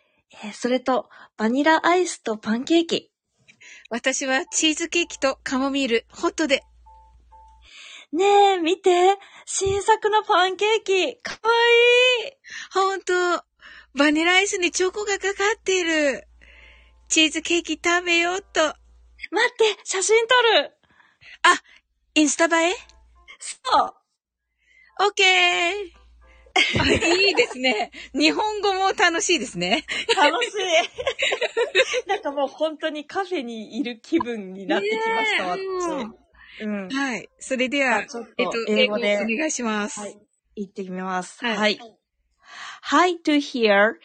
[SPEAKER 2] えーそれと、バニラアイスとパンケーキ。
[SPEAKER 1] 私はチーズケーキとカモミール、ホットで。
[SPEAKER 2] ねえ、見て。新作のパンケーキ。かわいい。
[SPEAKER 1] ほんと、バニラアイスにチョコがかかっている。チーズケーキ食べようっと。
[SPEAKER 2] 待って、写真撮る。
[SPEAKER 1] インスタ映え
[SPEAKER 2] そう。
[SPEAKER 1] オッケーあ いいですね。日本語も楽しいですね。
[SPEAKER 2] 楽し い。なんかもう本当にカフェにいる気分になってきました、
[SPEAKER 1] ね
[SPEAKER 2] 私。うん。
[SPEAKER 1] はい。それでは
[SPEAKER 2] あ、ちょっと
[SPEAKER 1] えっと、
[SPEAKER 2] 英
[SPEAKER 1] 英
[SPEAKER 2] 語
[SPEAKER 1] 語
[SPEAKER 2] で
[SPEAKER 1] でお願いします。
[SPEAKER 2] はい行ってみます。
[SPEAKER 1] はい
[SPEAKER 2] はい。Hi to here.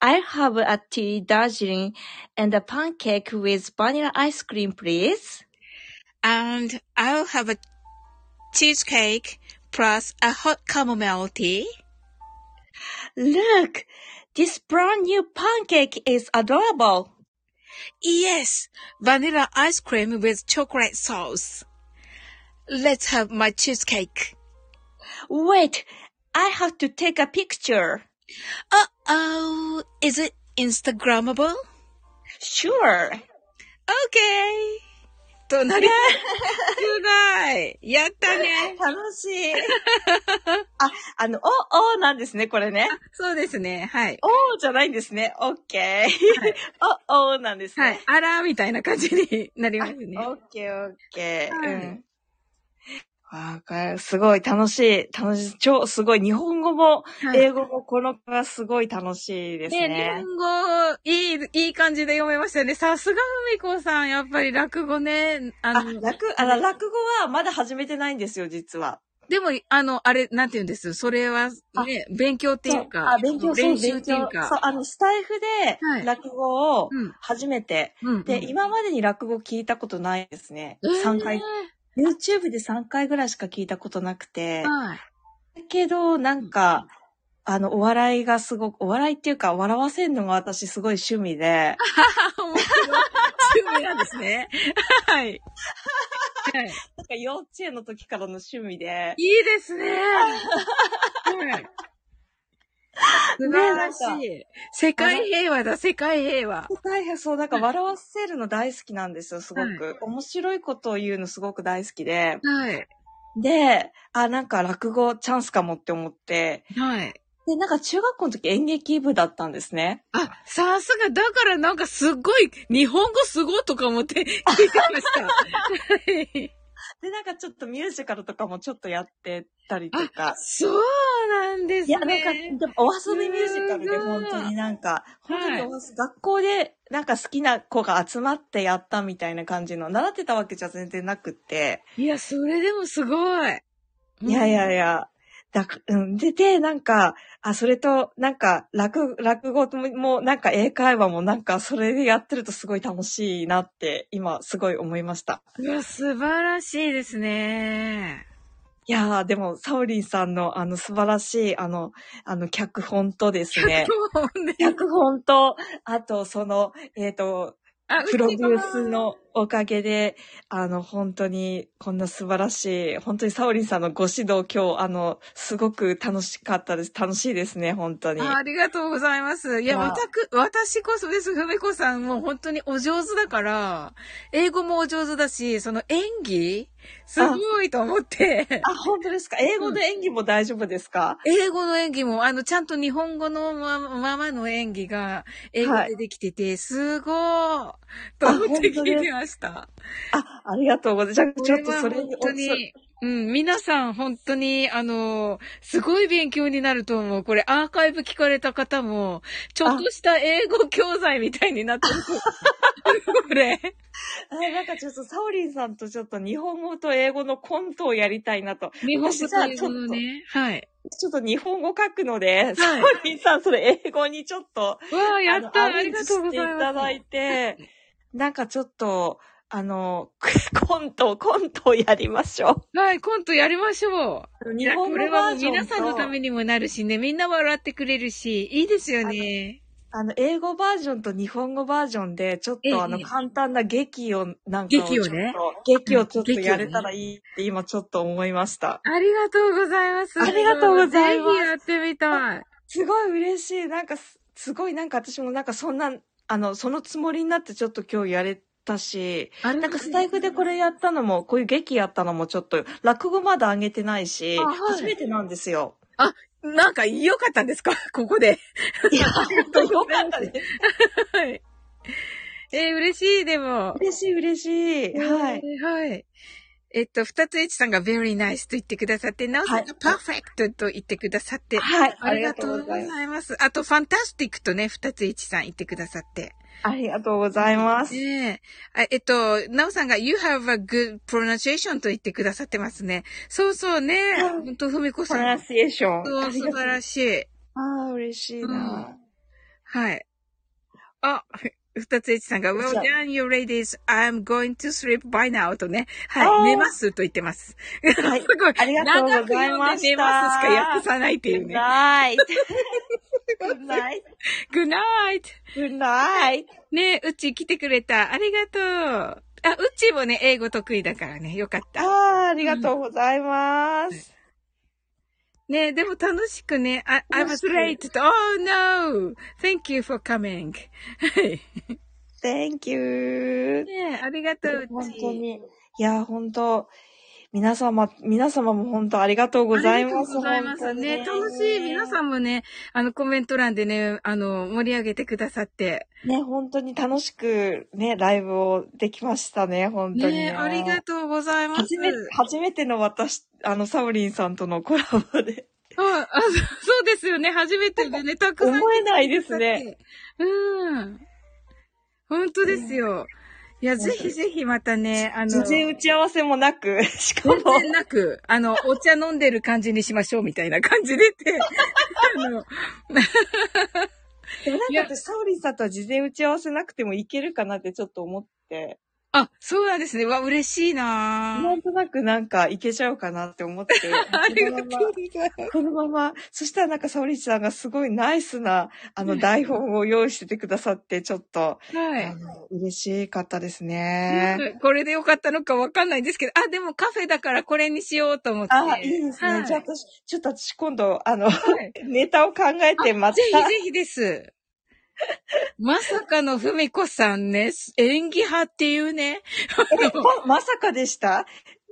[SPEAKER 2] I have a tea Darjeeling and a pancake with vanilla ice cream, please.
[SPEAKER 1] And I'll have a cheesecake plus a hot chamomile tea.
[SPEAKER 2] Look, this brand new pancake is adorable.
[SPEAKER 1] Yes, vanilla ice cream with chocolate sauce. Let's have my cheesecake.
[SPEAKER 2] Wait, I have to take a picture.
[SPEAKER 1] Uh oh, is it Instagrammable?
[SPEAKER 2] Sure.
[SPEAKER 1] Okay. となります。すごい。やったね。
[SPEAKER 2] 楽しい。あ、あの、お、おなんですね、これね。
[SPEAKER 1] そうですね。はい。
[SPEAKER 2] おじゃないんですね。オッケー。 お、おなんですね。
[SPEAKER 1] はい。あらーみたいな感じになりますね。
[SPEAKER 2] オッケーオッケー。
[SPEAKER 1] はい
[SPEAKER 2] うん。わかる。すごい楽しい。楽しい。超すごい。日本語も、
[SPEAKER 1] はい
[SPEAKER 2] 英語も、この子はすごい楽しいです
[SPEAKER 1] ね
[SPEAKER 2] ね。
[SPEAKER 1] 日本語、いい、いい感じで読めましたね。さすがふみこさん。やっぱり落語ね。あ
[SPEAKER 2] あ、
[SPEAKER 1] の、
[SPEAKER 2] 楽、あら、落語はまだ始めてないんですよ、実は。
[SPEAKER 1] でも、あの、あれ、なんて言うんです。それはね、勉強っていうか、
[SPEAKER 2] あ、勉強、そう
[SPEAKER 1] 練習っていう
[SPEAKER 2] 勉強そう
[SPEAKER 1] か。、
[SPEAKER 2] あの、スタイフ
[SPEAKER 1] はい
[SPEAKER 2] で落語を
[SPEAKER 1] うん
[SPEAKER 2] 初めて、
[SPEAKER 1] うんうん。
[SPEAKER 2] で、今までに落語聞いたことないですね。
[SPEAKER 1] えー
[SPEAKER 2] 三3回。YouTube で3回ぐらいしか聞いたことなくて。
[SPEAKER 1] はい。
[SPEAKER 2] だけど、なんか、あの、お笑いがすごく、お笑いっていうか、笑わせるのが私すごい趣味
[SPEAKER 1] あ、
[SPEAKER 2] で、
[SPEAKER 1] 面 白い。趣味なんですね。はい。はい。
[SPEAKER 2] なんか幼稚園の時からの趣味で、
[SPEAKER 1] いいですね。はい素晴らしい。世界平和だ、世界平和。
[SPEAKER 2] 大変そう、なんか笑わせるの大好きなんですよ、すごく。面白いことを言うのすごく大好きで。
[SPEAKER 1] はい。
[SPEAKER 2] で、あ、なんか落語チャンスかもって思って、
[SPEAKER 1] はい。
[SPEAKER 2] で、なんか中学校の時演劇部だったんですね。
[SPEAKER 1] あ、さすが、だからなんかすっごい、日本語すごいとか思って聞いてました。はい
[SPEAKER 2] で、なんかちょっとミュージカルとかもちょっとやってたりとか。
[SPEAKER 1] そうなんです
[SPEAKER 2] い
[SPEAKER 1] ね。
[SPEAKER 2] や、なんか、でも、お遊びミュージカルで
[SPEAKER 1] うん
[SPEAKER 2] 本当になん
[SPEAKER 1] は
[SPEAKER 2] か、
[SPEAKER 1] い
[SPEAKER 2] 本当にお遊び学校でなんか好きな子が集まってやったみたいな感じの、習ってたわけじゃ全然なくって、
[SPEAKER 1] いや、それでもすごい。
[SPEAKER 2] いやいや
[SPEAKER 1] い
[SPEAKER 2] いや、だかうん、で、で、なんか、あ、それと、なんか、落、落語も、もうなんか英会話もなんか、それでやってるとすごい楽しいなって、今、すごい思いました。
[SPEAKER 1] や。素晴らしいですね。
[SPEAKER 2] いやー、でも、サオリンさんの、あの、素晴らしい、あの、あの、脚本とですね、
[SPEAKER 1] そうね。
[SPEAKER 2] 脚本と、あと、その、えっ、と、
[SPEAKER 1] あ
[SPEAKER 2] プロデュース。のおかげで、あの、本当に、こんな素晴らしい、本当にサオリンさんのご指導今日、あの、すごく楽しかったです。楽しいですね、本当に。
[SPEAKER 1] あありがとうございます。いや、
[SPEAKER 2] まあ
[SPEAKER 1] わたく、私こそです。ふみこさんも本当にお上手だから、英語もお上手だし、その演技すごいと思って。
[SPEAKER 2] あ、本当ですか英語の演技も大丈夫ですか、
[SPEAKER 1] 英語の演技も、あの、ちゃんと日本語のまままの演技が、英語でできてて、すごーと思って聞いてました。
[SPEAKER 2] あ、ありがとうございます。 じゃあちょっとそれ
[SPEAKER 1] こ
[SPEAKER 2] に、
[SPEAKER 1] は本当に、うん、皆さん本当に、あの、すごい勉強になると思う。これアーカイブ聞かれた方も、ちょっとした英語教材みたいになってると思 う。これ。
[SPEAKER 2] あなんかちょっとサオリンさんとちょっと日本語と英語のコントをやりたいなと。
[SPEAKER 1] 日本語
[SPEAKER 2] 私じゃ
[SPEAKER 1] と
[SPEAKER 2] あ
[SPEAKER 1] 英
[SPEAKER 2] ちょ
[SPEAKER 1] 語
[SPEAKER 2] っ
[SPEAKER 1] の
[SPEAKER 2] と、
[SPEAKER 1] ね。はい。
[SPEAKER 2] ちょっと日本語書くので、サオリンさんそれ英語にちょっと、
[SPEAKER 1] わあ、やった
[SPEAKER 2] あ
[SPEAKER 1] あ
[SPEAKER 2] のアレ
[SPEAKER 1] り
[SPEAKER 2] ンジ
[SPEAKER 1] がとうござい
[SPEAKER 2] していただ
[SPEAKER 1] ま
[SPEAKER 2] いて、なんかちょっと、あの、 コント、コントをやりましょ
[SPEAKER 1] す。はい、コントやりましょ
[SPEAKER 2] う。
[SPEAKER 1] う。
[SPEAKER 2] 日本
[SPEAKER 1] こ
[SPEAKER 2] 語
[SPEAKER 1] れ
[SPEAKER 2] バ
[SPEAKER 1] はも
[SPEAKER 2] ー
[SPEAKER 1] う
[SPEAKER 2] ジョンと
[SPEAKER 1] 皆さんのためにもなるしね、みんな笑ってくれるし、いいですよね。
[SPEAKER 2] あの、英語バージョンと日本語バージョンで、ちょっ
[SPEAKER 1] ええ
[SPEAKER 2] とあの、
[SPEAKER 1] ええ
[SPEAKER 2] 簡単な劇をなんかを
[SPEAKER 1] 劇をね
[SPEAKER 2] ちょっと劇をちょっ
[SPEAKER 1] う
[SPEAKER 2] と
[SPEAKER 1] ん劇をね
[SPEAKER 2] やれたらいいって今ちょっと思いました。
[SPEAKER 1] ありがとうございます。
[SPEAKER 2] ありがとうございます
[SPEAKER 1] ぜひやってみたい。
[SPEAKER 2] すごい嬉しい。なんかす、すごいなんか私もなんかそんな、あの、そのつもりになってちょっと今日やれたし、
[SPEAKER 1] あ
[SPEAKER 2] なんかスタイフでこれやったのも、こういう劇やったのもちょっと、落語まだ上げてないし、
[SPEAKER 1] あはい
[SPEAKER 2] 初めてなんですよ。
[SPEAKER 1] なんか良かったんですか ここで。
[SPEAKER 2] いや、本当よかったです。
[SPEAKER 1] はい。えー嬉しい、でも。
[SPEAKER 2] 嬉しい嬉しい。はい。
[SPEAKER 1] えーはい。えっと、二つ一さんが very nice と言ってくださって、なおさんが perfect と言ってくださって、
[SPEAKER 2] はい、
[SPEAKER 1] ありがとうござい
[SPEAKER 2] す。
[SPEAKER 1] ます。あと、ファンタスティックとね、二つ一さん言ってくださって。
[SPEAKER 2] ありがとうございます。
[SPEAKER 1] ねえ。あえっと、なおさんが you have a good pronunciation と言ってくださってますね。そうそうね。
[SPEAKER 2] はい
[SPEAKER 1] ほんと、ふみこ
[SPEAKER 2] プ
[SPEAKER 1] さ
[SPEAKER 2] ロナン
[SPEAKER 1] ん。
[SPEAKER 2] シエーション。
[SPEAKER 1] そう素晴らしい。
[SPEAKER 2] ああ、嬉しいな。
[SPEAKER 1] はい。あ、二つ一さんが、
[SPEAKER 2] じ
[SPEAKER 1] Well
[SPEAKER 2] ゃあ
[SPEAKER 1] done, you ladies. I'm going to sleep by now とね。
[SPEAKER 2] あ
[SPEAKER 1] は
[SPEAKER 2] ー
[SPEAKER 1] い。寝ますと言ってます。
[SPEAKER 2] はい
[SPEAKER 1] すごい。
[SPEAKER 2] ありがとう
[SPEAKER 1] 長く読ん
[SPEAKER 2] ございました
[SPEAKER 1] で寝ますしか訳さないっていう
[SPEAKER 2] Good
[SPEAKER 1] ね。
[SPEAKER 2] night. Good night.
[SPEAKER 1] Good night!
[SPEAKER 2] Good night.
[SPEAKER 1] ねうち来てくれた。ありがとう。あ、うちもね、英語得意だからね。よかった。
[SPEAKER 2] ああ、ありがとうございます。
[SPEAKER 1] ねでも楽しくね。I, I
[SPEAKER 2] 楽
[SPEAKER 1] was
[SPEAKER 2] しく
[SPEAKER 1] late. Oh no! Thank you for coming. はい。
[SPEAKER 2] Thank you.
[SPEAKER 1] ねありがとう、うち。
[SPEAKER 2] 本当に。いや、本当皆様、皆様も本当ありがとうござい
[SPEAKER 1] あり
[SPEAKER 2] ます。
[SPEAKER 1] がとうございますね。楽しい。皆さ
[SPEAKER 2] ん。
[SPEAKER 1] んもね、あの、コメント欄でね、あの、盛り上げてくださって。
[SPEAKER 2] ね、本当に楽しくね、ライブをできましたね、本当にね、
[SPEAKER 1] ねありがとうございます。
[SPEAKER 2] 初めて、初めての私、あの、サウリンさんとのコラボで。
[SPEAKER 1] はいあそうそうですよね。初めてでね、たくさん
[SPEAKER 2] 思えないで
[SPEAKER 1] 来て
[SPEAKER 2] す
[SPEAKER 1] くださっ
[SPEAKER 2] ね。
[SPEAKER 1] て。うん。本当ですよ。いや、ぜひぜひまたね、あの、
[SPEAKER 2] 全然打ち合わせも なく、しかも
[SPEAKER 1] 全、然なく、あの、お茶飲んでる感じにしましょうみたいな感じで って、あの、
[SPEAKER 2] でもな
[SPEAKER 1] い
[SPEAKER 2] んか
[SPEAKER 1] や
[SPEAKER 2] 私、サオリンさんとは事前打ち合わせなくてもいけるかなってちょっと思って、
[SPEAKER 1] あ、そうなんですね。わ、嬉しいな
[SPEAKER 2] な
[SPEAKER 1] ぁ。
[SPEAKER 2] んとなくなんかいけちゃうかなって思って、
[SPEAKER 1] ありが
[SPEAKER 2] こと
[SPEAKER 1] う
[SPEAKER 2] のまま、
[SPEAKER 1] ございます。
[SPEAKER 2] このまま、そしたらなんかサオリンさんがすごいナイスな、あの、台本を用意しててくださって、ちょっと、
[SPEAKER 1] はい
[SPEAKER 2] あ。の、嬉しかったですね。
[SPEAKER 1] これでよかったのかわかんないんですけど、あ、でもカフェだからこれにしようと思って。
[SPEAKER 2] あ、いいですね。
[SPEAKER 1] はい
[SPEAKER 2] じゃあ私、ちょっと私今度、あの、
[SPEAKER 1] はい
[SPEAKER 2] ネタを考えてまた
[SPEAKER 1] ぜ、ひぜひです。まさかのふみこさんね、演技派っていうね。
[SPEAKER 2] えま、まさかでした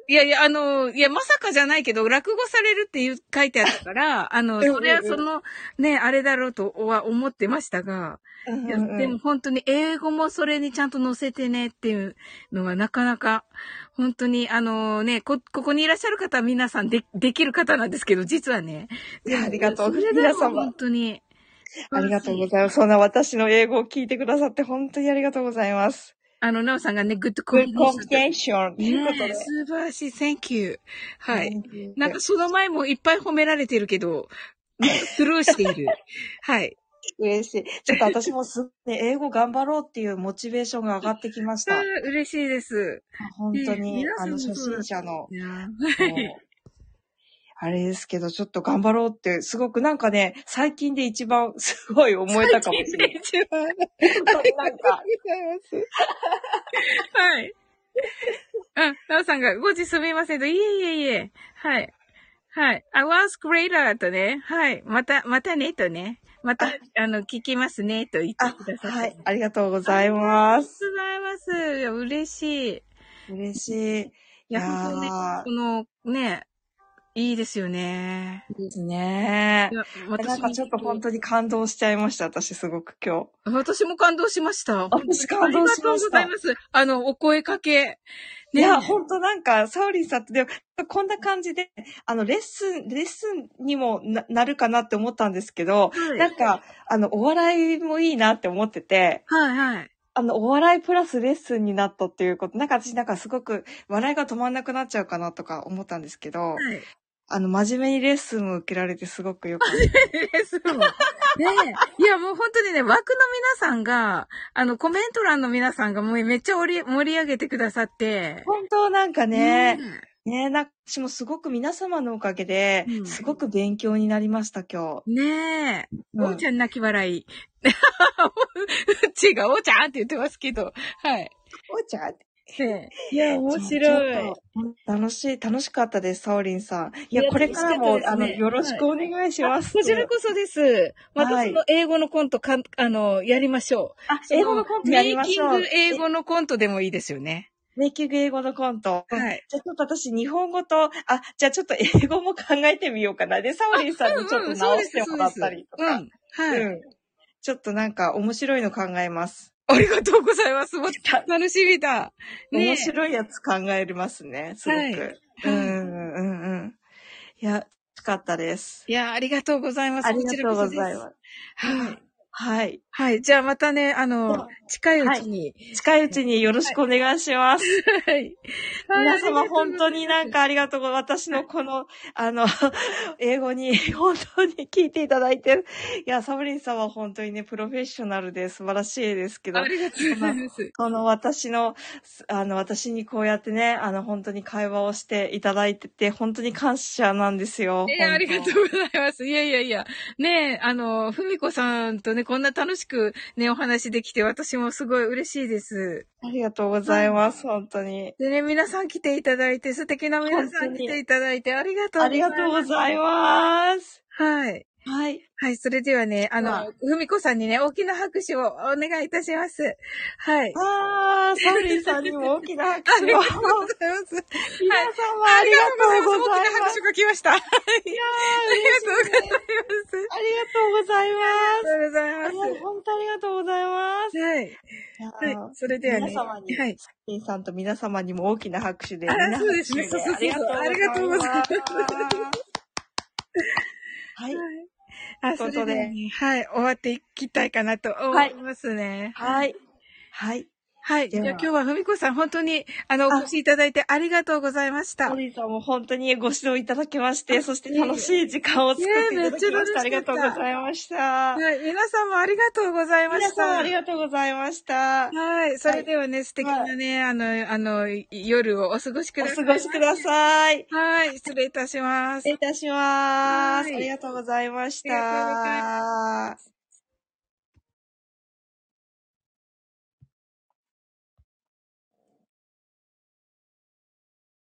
[SPEAKER 1] いやいや、あの、いや、まさかじゃないけど、落語されるっていう書いてあった から、あの、
[SPEAKER 2] うんうん
[SPEAKER 1] それはその、ね、あれだろうとは思ってましたが、いやでも本当に英語もそれにちゃんと載せてねっていうのはなかなか、本当にあのね、こ、ここにいらっしゃる方は皆さんで、できる方なんですけど、実はね。
[SPEAKER 2] いやありがとう
[SPEAKER 1] それでも
[SPEAKER 2] 皆様
[SPEAKER 1] 本当に。
[SPEAKER 2] ありがとうございます。そんな私の英語を聞いてくださって本当にありがとうございます。
[SPEAKER 1] あの、なおさんがね、グッドコ
[SPEAKER 2] コ
[SPEAKER 1] ミ
[SPEAKER 2] ミ
[SPEAKER 1] ュニ
[SPEAKER 2] ュニ
[SPEAKER 1] ケ
[SPEAKER 2] ケ
[SPEAKER 1] ー
[SPEAKER 2] ーションと
[SPEAKER 1] シ
[SPEAKER 2] い
[SPEAKER 1] ョ
[SPEAKER 2] う
[SPEAKER 1] ン。
[SPEAKER 2] こ
[SPEAKER 1] ねえ
[SPEAKER 2] と
[SPEAKER 1] 素晴らしい。Thank you.
[SPEAKER 2] で。
[SPEAKER 1] はい。
[SPEAKER 2] い
[SPEAKER 1] なんかその前もいっぱい褒められてるけど、スルーして いる。はい。
[SPEAKER 2] 嬉しい。ちょっと私もす、ね、英語頑張ろうっていうモチベーションが上がってきまし
[SPEAKER 1] あ
[SPEAKER 2] た。
[SPEAKER 1] ー嬉しいです。
[SPEAKER 2] 本当に、
[SPEAKER 1] ね
[SPEAKER 2] あの、
[SPEAKER 1] 皆さん
[SPEAKER 2] 初
[SPEAKER 1] もそうだ
[SPEAKER 2] 心者 の、
[SPEAKER 1] いやー
[SPEAKER 2] もうあれですけど、ちょっと頑張ろうって、すごくなんかね、最近で一番すごい思えたかもしれない。
[SPEAKER 1] 一番。
[SPEAKER 2] 本当になんか、
[SPEAKER 1] はい。うん、なおさんが、ご時すみませんと、いえいえいえ。はい。はい。I was greater とね。はい。また、またねとね。また、あの、聞きますねと言ってくださって。
[SPEAKER 2] は
[SPEAKER 1] あり
[SPEAKER 2] い、ありがとうございます。
[SPEAKER 1] がとうございます。いや、嬉しい。い
[SPEAKER 2] 嬉しい。い
[SPEAKER 1] や、
[SPEAKER 2] ー
[SPEAKER 1] 本当ね、この、ね、いいですよね。
[SPEAKER 2] いいですね
[SPEAKER 1] い。や、
[SPEAKER 2] なんかちょっと本当に感動しちゃいました、私すごく今日。
[SPEAKER 1] 私も感動しました。本当に
[SPEAKER 2] 私感動
[SPEAKER 1] ありが
[SPEAKER 2] しました
[SPEAKER 1] とうございます。あの、お声かけ。
[SPEAKER 2] いや、ほんとなんか、サオリンさんって、でも、こんな感じで、あの、レッスン、レッスンにもななるかなって思ったんですけど、
[SPEAKER 1] はい
[SPEAKER 2] なんか、あの、お笑いもいいなって思ってて、
[SPEAKER 1] はいはい。
[SPEAKER 2] あの、お笑いプラスレッスンになったっていうこと、なんか私なんかすごく、笑いが止まんなくなっちゃうかなとか思ったんですけど、
[SPEAKER 1] はい。
[SPEAKER 2] あの、真面目にレッスンを受けられてすごくよかった。
[SPEAKER 1] ですもん。ねえ。いや、もう本当にね、枠の皆さんが、あの、コメント欄の皆さんがもうめっちゃ盛り盛り上げてくださって。
[SPEAKER 2] 本当なんかね、ねなんか私もすごく皆様のおかげで
[SPEAKER 1] う、ん
[SPEAKER 2] すごく勉強になりました、今
[SPEAKER 1] ねえ。
[SPEAKER 2] 日。
[SPEAKER 1] おうちゃん泣き笑い。 うちがおうちゃんって言ってますけど。はい。
[SPEAKER 2] おうちゃん
[SPEAKER 1] ねえいや、面
[SPEAKER 2] ちょっ。と。楽しい、楽しかったです、サオリンさん。いや、
[SPEAKER 1] いや
[SPEAKER 2] これからも、
[SPEAKER 1] 楽しか
[SPEAKER 2] あ
[SPEAKER 1] ったで
[SPEAKER 2] の、
[SPEAKER 1] すね
[SPEAKER 2] よろしくお願いします。
[SPEAKER 1] こちらこそです。また
[SPEAKER 2] はい
[SPEAKER 1] その英語のコントかん、あの、やりましょ
[SPEAKER 2] あ、
[SPEAKER 1] う。
[SPEAKER 2] 英語のコントやりましょう。
[SPEAKER 1] メイキング英語のコントでもいいですよね。
[SPEAKER 2] メイキング英語のコント。
[SPEAKER 1] はい。
[SPEAKER 2] じゃあちょっと私、日本語と、あ、じゃあちょっと英語も考えてみようかな。で、サオリンさんにちょっと直してもらったりと
[SPEAKER 1] うん
[SPEAKER 2] か。
[SPEAKER 1] そうですそうです。うん。はい。
[SPEAKER 2] うんちょっとなんか、面白いの考えます。
[SPEAKER 1] ありがとうございます。もう
[SPEAKER 2] た
[SPEAKER 1] 楽しみだ。ね
[SPEAKER 2] 面白いやつ考えれますね、すご
[SPEAKER 1] はい
[SPEAKER 2] く。うん、うん、うん。いや、楽しかったです。
[SPEAKER 1] いや、ありがとうございます。
[SPEAKER 2] ありがとうござい
[SPEAKER 1] す。
[SPEAKER 2] ます。
[SPEAKER 1] はい。
[SPEAKER 2] はい。
[SPEAKER 1] はい。じゃあまたね、あ
[SPEAKER 2] そ
[SPEAKER 1] の
[SPEAKER 2] う、
[SPEAKER 1] 近いうちに。
[SPEAKER 2] 近いうちによろしくお願いします。
[SPEAKER 1] はい。
[SPEAKER 2] 皆様本当になんかありがとうございます。私のこの、あの、 英語に 本当に聞いていただいて。いや、サブリンさんは本当にね、プロフェッショナルで素晴らしいですけど
[SPEAKER 1] あ、りがとうございます。
[SPEAKER 2] この私の、あの、私にこうやってね、あの、本当に会話をしていただいてて、本当に感謝なんですよ。
[SPEAKER 1] えー、ありがと
[SPEAKER 2] う。
[SPEAKER 1] うございます。いやいやいや。ねえ、あの、ふみこさんとね、こんな楽しくね、お話できて、私もすごい嬉しいです。
[SPEAKER 2] ありがとうございます。本当に。
[SPEAKER 1] でね、皆さん来ていただいて、素敵な皆さ
[SPEAKER 2] 本当
[SPEAKER 1] ん
[SPEAKER 2] に
[SPEAKER 1] 来ていただいて、ありがとう
[SPEAKER 2] ありがとうございます。
[SPEAKER 1] す。はい。
[SPEAKER 2] はい。
[SPEAKER 1] はい、それではね、あ
[SPEAKER 2] は
[SPEAKER 1] の、ふみこさんにね、大きな拍手をお願いいたします。はい。
[SPEAKER 2] あー、サブリンさんにも大きな拍
[SPEAKER 1] あり
[SPEAKER 2] 手
[SPEAKER 1] が
[SPEAKER 2] を
[SPEAKER 1] と。うございます。はい。
[SPEAKER 2] 皆様ありがとうござい
[SPEAKER 1] 大きな
[SPEAKER 2] ま
[SPEAKER 1] 拍
[SPEAKER 2] す
[SPEAKER 1] 手。が来ました。はい。
[SPEAKER 2] いや
[SPEAKER 1] あ
[SPEAKER 2] ー嬉しい
[SPEAKER 1] りがとうござい
[SPEAKER 2] ね
[SPEAKER 1] ます。
[SPEAKER 2] ありがとうござい
[SPEAKER 1] ありがとうござい
[SPEAKER 2] ます。ありが
[SPEAKER 1] ま
[SPEAKER 2] 本当ありがとうございます
[SPEAKER 1] す。はい。
[SPEAKER 2] いや
[SPEAKER 1] はい。それではね。
[SPEAKER 2] 皆様に
[SPEAKER 1] はい。
[SPEAKER 2] ー。リンさんと皆様にも大きな拍手で。
[SPEAKER 1] あ
[SPEAKER 2] 皆
[SPEAKER 1] そうですね
[SPEAKER 2] 拍手
[SPEAKER 1] そうそうそう
[SPEAKER 2] ありがとうございます。はい。
[SPEAKER 1] あ、
[SPEAKER 2] と
[SPEAKER 1] そ
[SPEAKER 2] い
[SPEAKER 1] れ
[SPEAKER 2] うこ
[SPEAKER 1] では
[SPEAKER 2] とで
[SPEAKER 1] ね、はい。終わっていきたいかなと思いますね。
[SPEAKER 2] はい。はい。
[SPEAKER 1] はい。じゃあ
[SPEAKER 2] では
[SPEAKER 1] 今日はふみこさん、本当に、あの、お
[SPEAKER 2] あ
[SPEAKER 1] 越しいただいてありがとうございました。
[SPEAKER 2] オ
[SPEAKER 1] ね
[SPEAKER 2] リさんも本当にご指導いただきまして、そして楽しい時間を作っていただきました。あ
[SPEAKER 1] ねえめ
[SPEAKER 2] りが
[SPEAKER 1] っちゃ
[SPEAKER 2] とう
[SPEAKER 1] 楽し
[SPEAKER 2] ご
[SPEAKER 1] かった
[SPEAKER 2] ざいました。
[SPEAKER 1] 皆さんもありがとうございま
[SPEAKER 2] 皆
[SPEAKER 1] し
[SPEAKER 2] さん
[SPEAKER 1] た。
[SPEAKER 2] ありがとうございました。
[SPEAKER 1] はい。それではね、素敵なね、あの、あの、い夜をお過ごしく
[SPEAKER 2] お
[SPEAKER 1] ださい。
[SPEAKER 2] 過ごしください。
[SPEAKER 1] はい。失礼いたします
[SPEAKER 2] 失礼。いたします。
[SPEAKER 1] はい
[SPEAKER 2] ありがとうございまし
[SPEAKER 1] ありがとうござい
[SPEAKER 2] た。